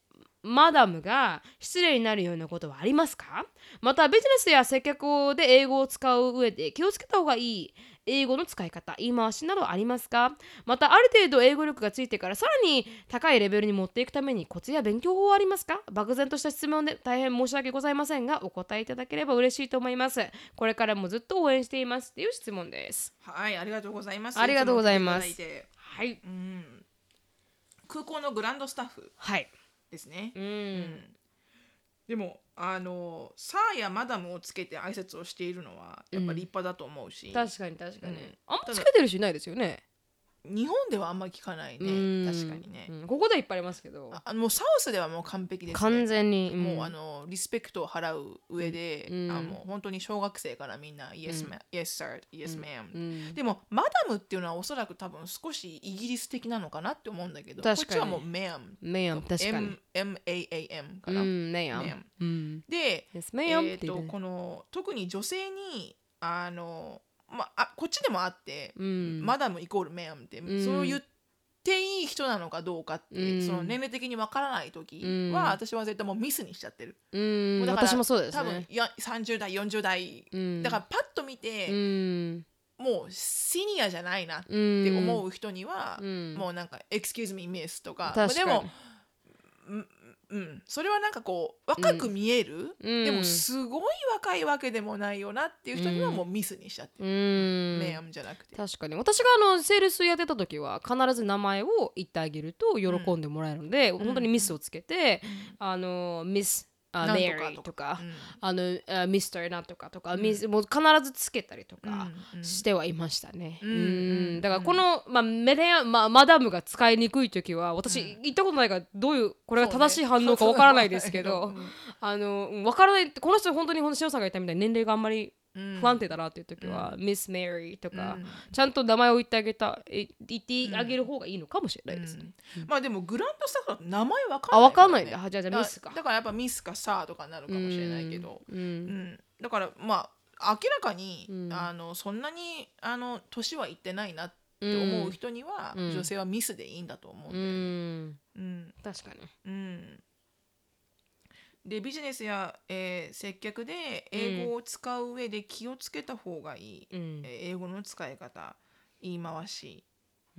Speaker 1: マダムが失礼になるようなことはありますかまたビジネスや接客で英語を使う上で気をつけた方がいい英語の使い方言い回しなどありますかまたある程度英語力がついてからさらに高いレベルに持っていくためにコツや勉強法はありますか漠然とした質問で大変申し訳ございませんがお答えいただければ嬉しいと思いますこれからもずっと応援していますっていう質問です
Speaker 2: はい、ありがとうございます。
Speaker 1: ありがとうございます
Speaker 2: つも来てだいて
Speaker 1: はい
Speaker 2: うん、空港のグランドスタッフ
Speaker 1: はい
Speaker 2: ですね
Speaker 1: う。
Speaker 2: うんでもあのサーやマダムをつけて挨拶をしているのはやっぱ立派だと思うし、
Speaker 1: 確かに確かに、
Speaker 2: うん
Speaker 1: あんまつけてる人いないですよね
Speaker 2: 日本ではあんま聞かない
Speaker 1: うん
Speaker 2: ね確かにね、
Speaker 1: うんここではいっぱいありますけど
Speaker 2: ああのもうサウスではもう完璧です、ね、
Speaker 1: 完全に、ん
Speaker 2: もうあのリスペクトを払う上で、
Speaker 1: うん
Speaker 2: あもう本当に小学生からみんな「Yes, ma- yes sir, yes ma'am、
Speaker 1: うん
Speaker 2: でもマダムっていうのはおそらく多分少しイギリス的なのかなって思うんだけどこっ
Speaker 1: 確か
Speaker 2: ち
Speaker 1: に
Speaker 2: はもう ma'am
Speaker 1: メイアン確かに
Speaker 2: M- MAAM か
Speaker 1: う
Speaker 2: な、
Speaker 1: んメイアン
Speaker 2: ma'am
Speaker 1: うん
Speaker 2: で、
Speaker 1: Yes, ma'am
Speaker 2: え
Speaker 1: っ
Speaker 2: ー、
Speaker 1: て言
Speaker 2: と
Speaker 1: って
Speaker 2: この特に女性にあの、まあ、こっちでもあって、
Speaker 1: うん
Speaker 2: マダムイコールメアムって、
Speaker 1: うん
Speaker 2: そう言っていい人なのかどうかって、
Speaker 1: うん
Speaker 2: その年齢的にわからない時
Speaker 1: う
Speaker 2: は、
Speaker 1: ん
Speaker 2: 私は絶対もうミスにしちゃってる、
Speaker 1: うん
Speaker 2: もうだから
Speaker 1: 私もそうです
Speaker 2: 多分
Speaker 1: ね
Speaker 2: や30代40代、
Speaker 1: うん
Speaker 2: だからパッと見て、
Speaker 1: うん
Speaker 2: もうシニアじゃないな
Speaker 1: う
Speaker 2: っ
Speaker 1: ん
Speaker 2: て思う人には、
Speaker 1: うん
Speaker 2: もうなんか「Excuse me miss」とか
Speaker 1: 確かに
Speaker 2: まあでもうん、それはなんかこう若く見える、
Speaker 1: うん
Speaker 2: でもすごい若いわけでもないよなっていう人にはもうミスにしちゃって
Speaker 1: う
Speaker 2: る、
Speaker 1: ん
Speaker 2: メアムじゃなくて。
Speaker 1: 確かに私があのセールスやってた時は必ず名前を言ってあげると喜んでもらえるので、本当にミスをつけて、あのミスあ
Speaker 2: なんと
Speaker 1: メ
Speaker 2: か
Speaker 1: アリーとか
Speaker 2: うん
Speaker 1: あのあミスターなんとかとか、ミスもう必ずつけたりとか
Speaker 2: うんうん
Speaker 1: してはいましたね、
Speaker 2: うん
Speaker 1: うんだからこの、まあ、メディア、まあ、マダムが使いにくい時は私行ったことないからどういうこれが正しい反応かわからないですけ ど、あのうんわからないこの人本当にこの塩さんが言ったみたいに年齢があんまり不安定だなっていう時は、ミス・メアリーとか、
Speaker 2: うん
Speaker 1: ちゃんと名前を言ってあげたえ言ってあげる方がいいのかもしれないですね。
Speaker 2: うんまあでもグランドスタッフだと名前わか
Speaker 1: あ
Speaker 2: んない
Speaker 1: わ
Speaker 2: か
Speaker 1: か
Speaker 2: らね、
Speaker 1: んないんだあじゃあじゃあミスか
Speaker 2: だ。だからやっぱミスかサーとかになるかもしれないけど、
Speaker 1: う
Speaker 2: うん
Speaker 1: ん
Speaker 2: だからまあ明らかに、
Speaker 1: うん
Speaker 2: あのそんなにあの年はいってないなって思う人には、
Speaker 1: うん
Speaker 2: 女性はミスでいいんだと思うん
Speaker 1: う
Speaker 2: だよね
Speaker 1: ん
Speaker 2: うん
Speaker 1: 確かに。
Speaker 2: うんでビジネスや、えー接客で英語を使う上で気をつけた方がいい、
Speaker 1: うん
Speaker 2: えー英語の使い方言い回し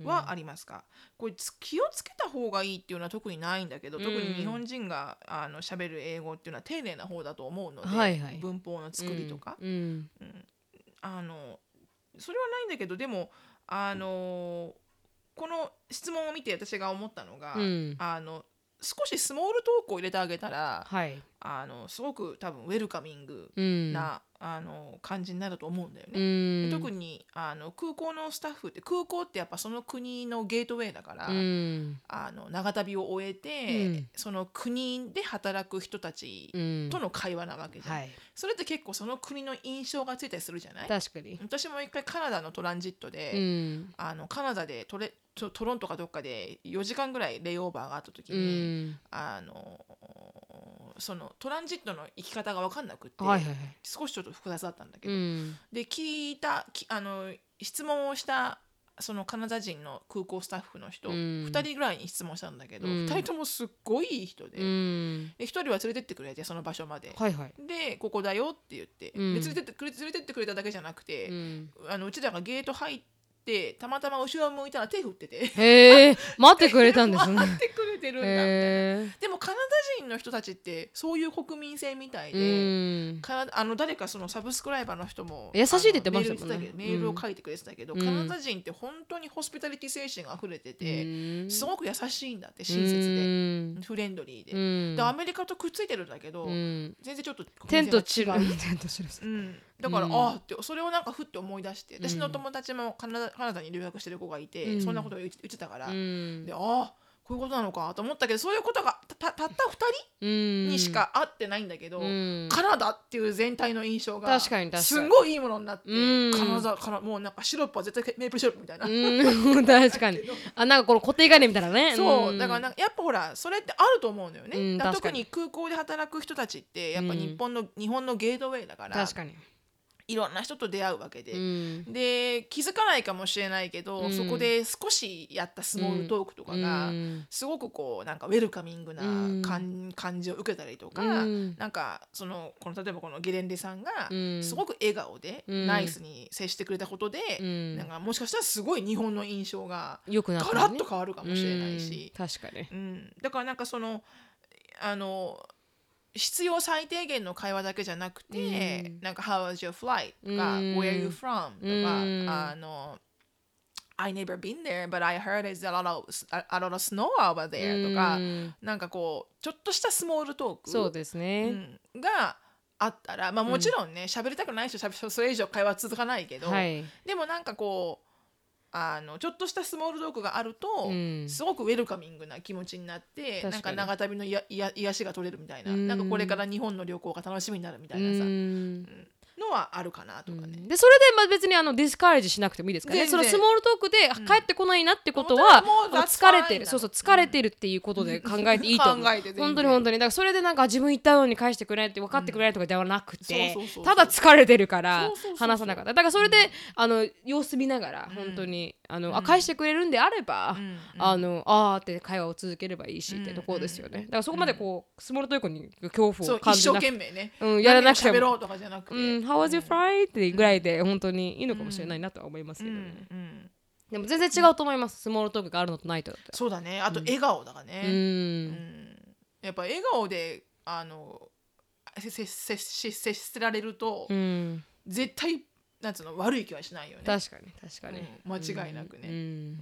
Speaker 2: はありますか、これつ気をつけた方がいいっていうのは特にないんだけど、
Speaker 1: うん
Speaker 2: 特に日本人があの喋る英語っていうのは丁寧な方だと思うので、
Speaker 1: はいはい
Speaker 2: 文法の作りとか、
Speaker 1: うん
Speaker 2: あのそれはないんだけどでもあのこの質問を見て私が思ったのが、
Speaker 1: うん
Speaker 2: あの少しスモールトークを入れてあげたら
Speaker 1: はい。
Speaker 2: あのすごく多分ウェルカミング
Speaker 1: うん
Speaker 2: な、あの感じになると思うんだよ
Speaker 1: う
Speaker 2: ね。
Speaker 1: ん
Speaker 2: 特にあの空港のスタッフって空港ってやっぱその国のゲートウェイだから、
Speaker 1: うん
Speaker 2: あの長旅を終えて、
Speaker 1: うん
Speaker 2: その国で働く人たち
Speaker 1: うん
Speaker 2: との会話なわけじゃん、
Speaker 1: はい
Speaker 2: それって結構その国の印象がついたりするじゃない
Speaker 1: 確かに。
Speaker 2: 私も一回カナダのトランジットで、
Speaker 1: うん
Speaker 2: あのカナダでトレトトロントかどっかで4時間ぐらいレイオーバーがあった時
Speaker 1: う
Speaker 2: に、
Speaker 1: ん
Speaker 2: あのそのトランジットの行き方が分かんなくって、
Speaker 1: はいはいはい。
Speaker 2: 少しちょっと複雑だったんだけ
Speaker 1: う
Speaker 2: ど、
Speaker 1: ん
Speaker 2: で聞いたきあの質問をしたそのカナダ人の空港スタッフの人、
Speaker 1: う
Speaker 2: 二
Speaker 1: ん
Speaker 2: 2人ぐらいに質問したんだけど、
Speaker 1: う
Speaker 2: 二
Speaker 1: ん
Speaker 2: 2人ともすっごいいい人で,、
Speaker 1: うん
Speaker 2: で1人は連れてってくれてその場所まで、
Speaker 1: はいはい。
Speaker 2: でここだよって言って、
Speaker 1: うん
Speaker 2: で連れてってくれ連れてってくれただけじゃなくて、
Speaker 1: うん
Speaker 2: あのうちらがゲート入っってたまたま後ろ向いたら手振ってて
Speaker 1: へえ待ってくれたんですね
Speaker 2: 待ってくれてるんだみたいな、
Speaker 1: へ
Speaker 2: でもカナダ人の人たちってそういう国民性みたい
Speaker 1: えう
Speaker 2: で、
Speaker 1: ん
Speaker 2: かあの誰かそのサブスクライバーの人も
Speaker 1: 優しいって言ってましたもんね
Speaker 2: あのメールに言ってたけどメールを書いてくれてたけど、
Speaker 1: うん
Speaker 2: カナダ人って本当にホスピタリティ精神が溢れてて、
Speaker 1: うん
Speaker 2: すごく優しいんだって親切
Speaker 1: うん
Speaker 2: で、フレンドリー
Speaker 1: う
Speaker 2: で,、
Speaker 1: ん
Speaker 2: でアメリカとくっついてるんだけど、
Speaker 1: うん
Speaker 2: 全然ちょっと
Speaker 1: テント
Speaker 2: 国民性
Speaker 1: チル
Speaker 2: が
Speaker 1: テ
Speaker 2: 違う
Speaker 1: ントチル
Speaker 2: うん、だから、
Speaker 1: うん
Speaker 2: ああってそれをなんかふって思い出して
Speaker 1: うん
Speaker 2: 私の友達もカナダカナダに留学してる子がい
Speaker 1: う
Speaker 2: て、
Speaker 1: ん
Speaker 2: そんなことを言って言ってたから、
Speaker 1: うん
Speaker 2: でああこういうことなのかと思ったけどそういうことがたたたった2人
Speaker 1: に
Speaker 2: にしか会ってないんだけど、
Speaker 1: うん
Speaker 2: カナダっていう全体の印象が
Speaker 1: 確かに確かに
Speaker 2: すんごいいいものになって、
Speaker 1: うん
Speaker 2: カナダからもうなんかシロップは絶対メープルシロップみたいな。
Speaker 1: うん 確かにあなんかこの固定概念みたいなね
Speaker 2: そうだから
Speaker 1: ね
Speaker 2: なんかやっぱほらそれってあると思うのよね、
Speaker 1: うん
Speaker 2: だから
Speaker 1: 確か
Speaker 2: 特
Speaker 1: に
Speaker 2: に空港で働く人たちってやっぱ
Speaker 1: うん
Speaker 2: 日本の、日本のゲートウェイだから
Speaker 1: 確かに
Speaker 2: いろんな人と出会うわけで、
Speaker 1: うん
Speaker 2: で気づかないかもしれないけど、
Speaker 1: うん
Speaker 2: そこで少しやったスモールトークとかが、
Speaker 1: うん
Speaker 2: すごくこうなんかウェルカミングな
Speaker 1: うん
Speaker 2: 感,、感じを受けたりとか、
Speaker 1: うん
Speaker 2: なんかそのこの例えばこのゲレンデさんが、
Speaker 1: うん
Speaker 2: すごく笑顔で、
Speaker 1: うん
Speaker 2: ナイスに接してくれたことで、
Speaker 1: うん
Speaker 2: なんかもしかしたらすごい日本の印象が
Speaker 1: よくな
Speaker 2: ガ
Speaker 1: った
Speaker 2: ラ
Speaker 1: ね
Speaker 2: ッと変わるかもしれないし、
Speaker 1: うん確かに
Speaker 2: うんだからなんかそのあの必要最低限の会話だけじゃなくて、
Speaker 1: うん
Speaker 2: なんか「How was your flight?」とか「
Speaker 1: うん
Speaker 2: Where are you from?」とか、
Speaker 1: うん
Speaker 2: あの「I never been there but I heard it's a lot of, a lot of snow over there」とか、
Speaker 1: うん
Speaker 2: なんかこうちょっとしたスモールトーク
Speaker 1: そうですね
Speaker 2: うんがあったらまあもちろんね喋、りたくない人しゃべそれ以上会話続かないけど、
Speaker 1: はい
Speaker 2: でもなんかこうあのちょっとしたスモールトークがあると、
Speaker 1: うん
Speaker 2: すごくウェルカミングな気持ちになって
Speaker 1: 確かに
Speaker 2: なんか長旅のいやいや癒しが取れるみたいな,、
Speaker 1: うん
Speaker 2: なんかこれから日本の旅行が楽しみになるみた
Speaker 1: う
Speaker 2: いなさ、
Speaker 1: ん
Speaker 2: のはあるかなとかね。
Speaker 1: でそれでまあ別にあのディスカレージしなくてもいいですからね
Speaker 2: 全
Speaker 1: そ
Speaker 2: 然
Speaker 1: のスモールトークで
Speaker 2: ん
Speaker 1: 帰ってこないなってことは、
Speaker 2: もう
Speaker 1: あの疲れてるそうそう疲れてるっていうことで考えていいと思う
Speaker 2: 考えて全然
Speaker 1: 本当に本当にだからそれでなんか自分言ったように返してくれないって分かってくれないとかではなくて、
Speaker 2: うんそうそうそうそう
Speaker 1: ただ疲れてるから
Speaker 2: そうそうそうそう
Speaker 1: 話さなかっただからそれで、あの様子見ながら本当に、あのあ返してくれるんであれば、
Speaker 2: ん
Speaker 1: あのあーって会話を続ければいいしってところですよね、だからそこまでこうスモールトークに恐怖
Speaker 2: そう
Speaker 1: を感
Speaker 2: 一
Speaker 1: じ
Speaker 2: 生
Speaker 1: なく
Speaker 2: 懸
Speaker 1: て
Speaker 2: 命ね、
Speaker 1: うんやらなくても
Speaker 2: 何を喋ろうとかじゃなくて、
Speaker 1: うん、How was your Friday? ってぐらいで本当にいいのかもしれないなとは思いますけどね、
Speaker 2: うん
Speaker 1: でも全然違うと思います、スモールトークがあるのとないとだって
Speaker 2: そうだねあと笑顔だから
Speaker 1: う
Speaker 2: ね、うん
Speaker 1: ん
Speaker 2: やっぱ笑顔であのせせせせ接せられると、
Speaker 1: うん
Speaker 2: 絶対なんつうの悪い気はしないよね
Speaker 1: 確かに確かに、
Speaker 2: うん間違いなくね、
Speaker 1: うん
Speaker 2: う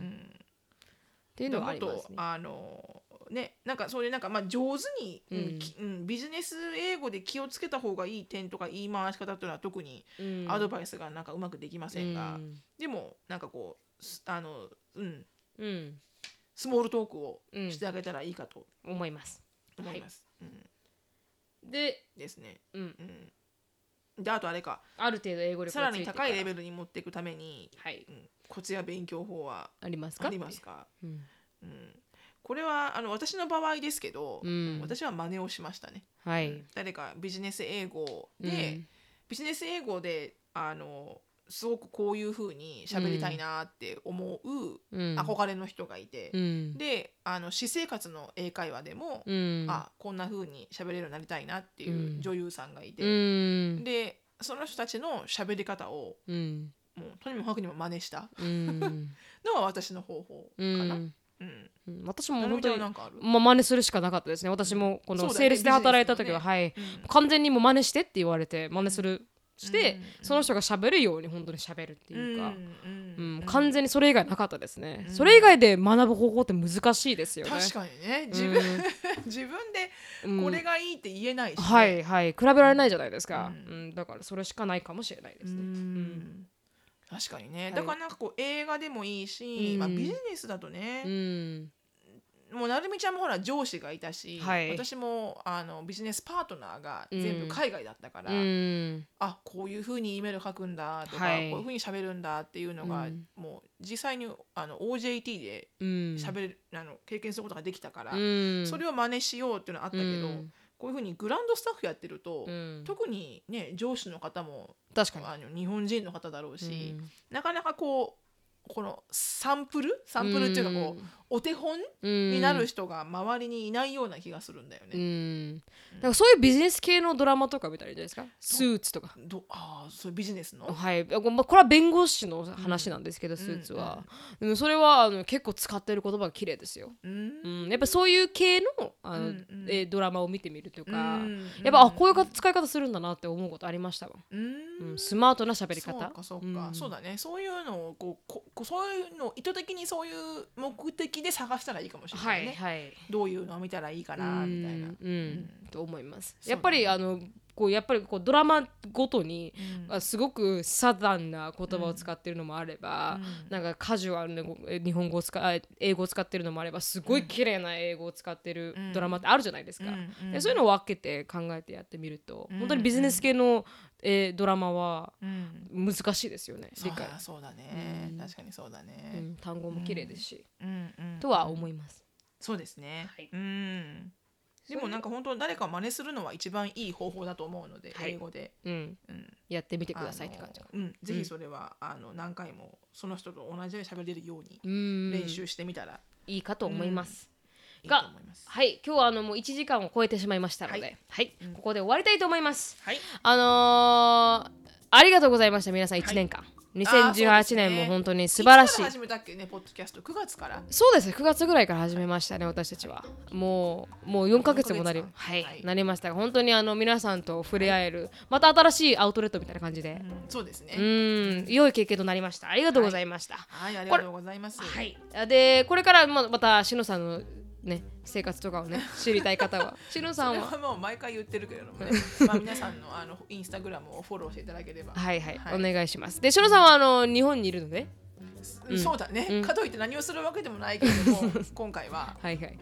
Speaker 2: ん
Speaker 1: っていう
Speaker 2: で
Speaker 1: の
Speaker 2: も
Speaker 1: はあり
Speaker 2: っ
Speaker 1: ま
Speaker 2: と
Speaker 1: すね
Speaker 2: あのねなんかそういうなんかまあ上手に、うん
Speaker 1: うん
Speaker 2: きうんビジネス英語で気をつけた方がいい点とか言い回し方というのは特に
Speaker 1: うん
Speaker 2: アドバイスがなんかうまくできませんが、
Speaker 1: うん
Speaker 2: でもなんかこうすあのうん
Speaker 1: うん
Speaker 2: スモールトークを
Speaker 1: うん
Speaker 2: してあげたらいいかと
Speaker 1: 思います
Speaker 2: 思います。うん
Speaker 1: で、
Speaker 2: ですね。
Speaker 1: うん、
Speaker 2: うん、であとあれか
Speaker 1: ある程度英語力
Speaker 2: さらに高いレ
Speaker 1: ル
Speaker 2: ベルに持っていくために、
Speaker 1: はい
Speaker 2: うん、コツや勉強法は
Speaker 1: ありますか
Speaker 2: あります、か
Speaker 1: うん
Speaker 2: うん、これはあの私の場合ですけど、
Speaker 1: うん
Speaker 2: 私は真似をしましたね。
Speaker 1: はい
Speaker 2: 誰かビジネス英語で、
Speaker 1: うん
Speaker 2: ビジネス英語であのすごくこういうふうに喋りたいなって思う
Speaker 1: うん
Speaker 2: 憧れの人がいて、
Speaker 1: うん
Speaker 2: であの私生活の英会話でも、
Speaker 1: うん
Speaker 2: あこんなふうに喋れるようになりたいなって
Speaker 1: う
Speaker 2: い
Speaker 1: ん
Speaker 2: う女優さんがいうて、
Speaker 1: ん
Speaker 2: でその人たちの喋り方を
Speaker 1: うん
Speaker 2: もうとにもかくにも真似した
Speaker 1: うん
Speaker 2: のは私の方法か
Speaker 1: う
Speaker 2: な。
Speaker 1: ん
Speaker 2: うん、
Speaker 1: うん私も
Speaker 2: なる
Speaker 1: 本
Speaker 2: みちゃ
Speaker 1: 当
Speaker 2: んは
Speaker 1: に
Speaker 2: なんかある、
Speaker 1: まあ、真似するしかなかったですね私もこ
Speaker 2: そう
Speaker 1: の
Speaker 2: だよね
Speaker 1: セールスで働いた時は、
Speaker 2: ビジ
Speaker 1: はい
Speaker 2: うん
Speaker 1: 完全にもう真似してって言われて真似するして、
Speaker 2: うん
Speaker 1: その人が喋るように本当に喋るっていうか、
Speaker 2: ん
Speaker 1: うん完全にそれ以外なかったですね、
Speaker 2: うん
Speaker 1: それ以外で学ぶ方法って難しいですよね
Speaker 2: 確かにね自分、自分で
Speaker 1: うん
Speaker 2: これがいいって言えないしね、
Speaker 1: はいはい比べられないじゃないですか、う
Speaker 2: うん
Speaker 1: だからそれしかないかもしれないで
Speaker 2: う
Speaker 1: すね、
Speaker 2: ん確かにね、
Speaker 1: い
Speaker 2: だからなんかこう映画でもいいし、
Speaker 1: うん
Speaker 2: まあ、ビジネスだと
Speaker 1: う
Speaker 2: ね、
Speaker 1: ん
Speaker 2: もうなるみちゃんもほら上司がいたし、
Speaker 1: はい
Speaker 2: 私もあのビジネスパートナーが全部海外だったから、
Speaker 1: うん
Speaker 2: あこういうふうに E メール書くんだとか、
Speaker 1: はい
Speaker 2: こういうふうに喋るんだっていうのが、
Speaker 1: うん
Speaker 2: もう実際にあの OJT で
Speaker 1: うん
Speaker 2: 喋る、あの経験することができたから、
Speaker 1: うん
Speaker 2: それを真似しようっていうのはあったけど、
Speaker 1: うん
Speaker 2: こういうふうにグランドスタッフやってると、
Speaker 1: うん
Speaker 2: 特にね上司の方も
Speaker 1: 確かに
Speaker 2: あの日本人の方だろう
Speaker 1: う
Speaker 2: し、
Speaker 1: ん
Speaker 2: なかなかここのサンプルサンプルっていうかこう、お手本
Speaker 1: うん
Speaker 2: になる人が周りにいないような気がするんだよ
Speaker 1: う
Speaker 2: ね。
Speaker 1: んだからそういうビジネス系のドラマとか見たらいいんじゃないですかスーツとか
Speaker 2: どああそういうビジネスの
Speaker 1: はい、あこまあこれは弁護士の話なんですけど、スーツは、でもそれはあの結構使ってる言葉が綺麗ですよ、
Speaker 2: うん
Speaker 1: うん、やっぱそういう系のあの、
Speaker 2: うんうん
Speaker 1: えードラマを見てみるとか、
Speaker 2: うん
Speaker 1: やっぱあこういうか使い方するんだなって思うことありましたわ、
Speaker 2: うん
Speaker 1: うん、スマートな喋り
Speaker 2: そう
Speaker 1: 方
Speaker 2: かそうか、
Speaker 1: ん
Speaker 2: そうだねそういうのをこうここそういうのを意図的にそういう目的で探したらいいかもしれ
Speaker 1: は
Speaker 2: ない
Speaker 1: い
Speaker 2: ね、
Speaker 1: はい
Speaker 2: どういうのを見たらいいかなみたいな、
Speaker 1: うん、うんと思います
Speaker 2: そうだね
Speaker 1: やっぱりあのこうやっぱりこうドラマごとに、
Speaker 2: うん
Speaker 1: あすごくサザンな言葉を使ってるのもあれば、
Speaker 2: うん
Speaker 1: なんかカジュアルなごえ日本語を使あ英語を使ってるのもあればすごい綺麗な英語を使ってる
Speaker 2: うん
Speaker 1: ドラマってあるじゃないですか、
Speaker 2: うん
Speaker 1: でそういうのを分けて考えてやってみると、
Speaker 2: うん
Speaker 1: 本当にビジネス系の、えードラマは
Speaker 2: うん
Speaker 1: 難しいですよね
Speaker 2: そ
Speaker 1: 理
Speaker 2: う
Speaker 1: 解、
Speaker 2: だそうだね、
Speaker 1: うん
Speaker 2: 確かにそうだ
Speaker 1: う
Speaker 2: ね、
Speaker 1: ん、単語も綺麗ですし、
Speaker 2: うんうん
Speaker 1: とは思います
Speaker 2: そうですね、
Speaker 1: はい
Speaker 2: うんでもなんか本当誰かを真似するのは一番いい方法だと思うので、
Speaker 1: はい
Speaker 2: 英語で、
Speaker 1: うん、
Speaker 2: うん、
Speaker 1: やってみてくださいって感じか
Speaker 2: あのうん、ぜひそれは、あの何回もその人と同じように喋れるように
Speaker 1: なうん
Speaker 2: 練習してみたら
Speaker 1: いいかと思います、
Speaker 2: いいと
Speaker 1: が
Speaker 2: 思います。
Speaker 1: はい今日はあのもう1時間を超えてしまいましたので、
Speaker 2: は
Speaker 1: はい
Speaker 2: いうん
Speaker 1: ここで終わりたいと思います
Speaker 2: はい、
Speaker 1: あのーありがとうございました皆さん
Speaker 2: はい
Speaker 1: 1年間、
Speaker 2: あーそうです
Speaker 1: 2018
Speaker 2: ね
Speaker 1: 年も本当に素晴ら
Speaker 2: いつ
Speaker 1: しい
Speaker 2: から始めたっけね、ポッドキャスト9月から。
Speaker 1: そうです9月ぐらいから始めましたね私たちはもうもう4ヶ月もなり
Speaker 2: 四ヶ月か
Speaker 1: はい
Speaker 2: はい
Speaker 1: なりましたが本当にあの皆さんと触れ合える、また新しいアウトレットみたいな感じで
Speaker 2: う、ん、そうです
Speaker 1: う
Speaker 2: ね。
Speaker 1: ん良い経験となりましたありがとうございました、
Speaker 2: はい、ありがとうございます。
Speaker 1: はい、でこれからままたしのさんのね生活とかをね知りたい方 はしのさ
Speaker 2: そ
Speaker 1: ん
Speaker 2: れ
Speaker 1: は
Speaker 2: はもう毎回言ってるけれどもね、まあ皆さんのあのインスタグラムをフォローしていただければ。
Speaker 1: はいはい、
Speaker 2: はい
Speaker 1: お願いしますでしのさんはあの日本にいるので
Speaker 2: うんそうだね、かといって何をするわけでもないけ れども、今回は。
Speaker 1: はいはい、
Speaker 2: ん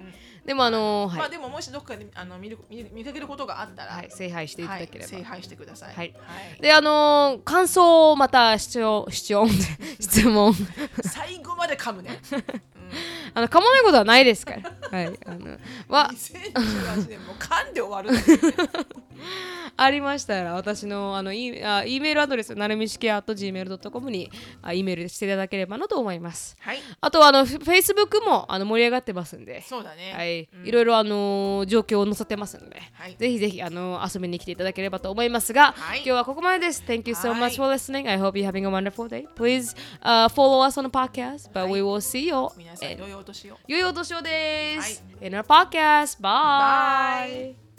Speaker 1: でもあの
Speaker 2: ま
Speaker 1: は
Speaker 2: あ
Speaker 1: い、
Speaker 2: でももしどっかであの見る見る見かけることがあったら、
Speaker 1: はい、制覇していただければ、
Speaker 2: はい、制覇してください。
Speaker 1: はい
Speaker 2: はい
Speaker 1: であのー感想をまた視聴視 聴質問
Speaker 2: 最後まで噛むね。
Speaker 1: あのかまないことはないですから はいあのは
Speaker 2: 2018年もう噛んで終わるんですよね。
Speaker 1: ありましたら私のあの E あ E メールアドレスなるみしき .gmail.com にあ E メールしていただければなと思います
Speaker 2: はい。
Speaker 1: あとはあのフェイスブックもあの盛り上がってますんで
Speaker 2: そうだね。
Speaker 1: はい、いろいろあのー状況を載せてますので、
Speaker 2: はい
Speaker 1: ぜひぜひあのー遊びに来ていただければと思いますが、
Speaker 2: はい
Speaker 1: 今日はここまでです。Thank you so
Speaker 2: はい
Speaker 1: much for listening. I hope you're having a wonderful day. Please、uh, follow us on the podcast, but we will see you.
Speaker 2: 皆さん
Speaker 1: and-
Speaker 2: 良いお年を。
Speaker 1: 良いお年をです。
Speaker 2: は
Speaker 1: In our podcast. Bye.
Speaker 2: Bye.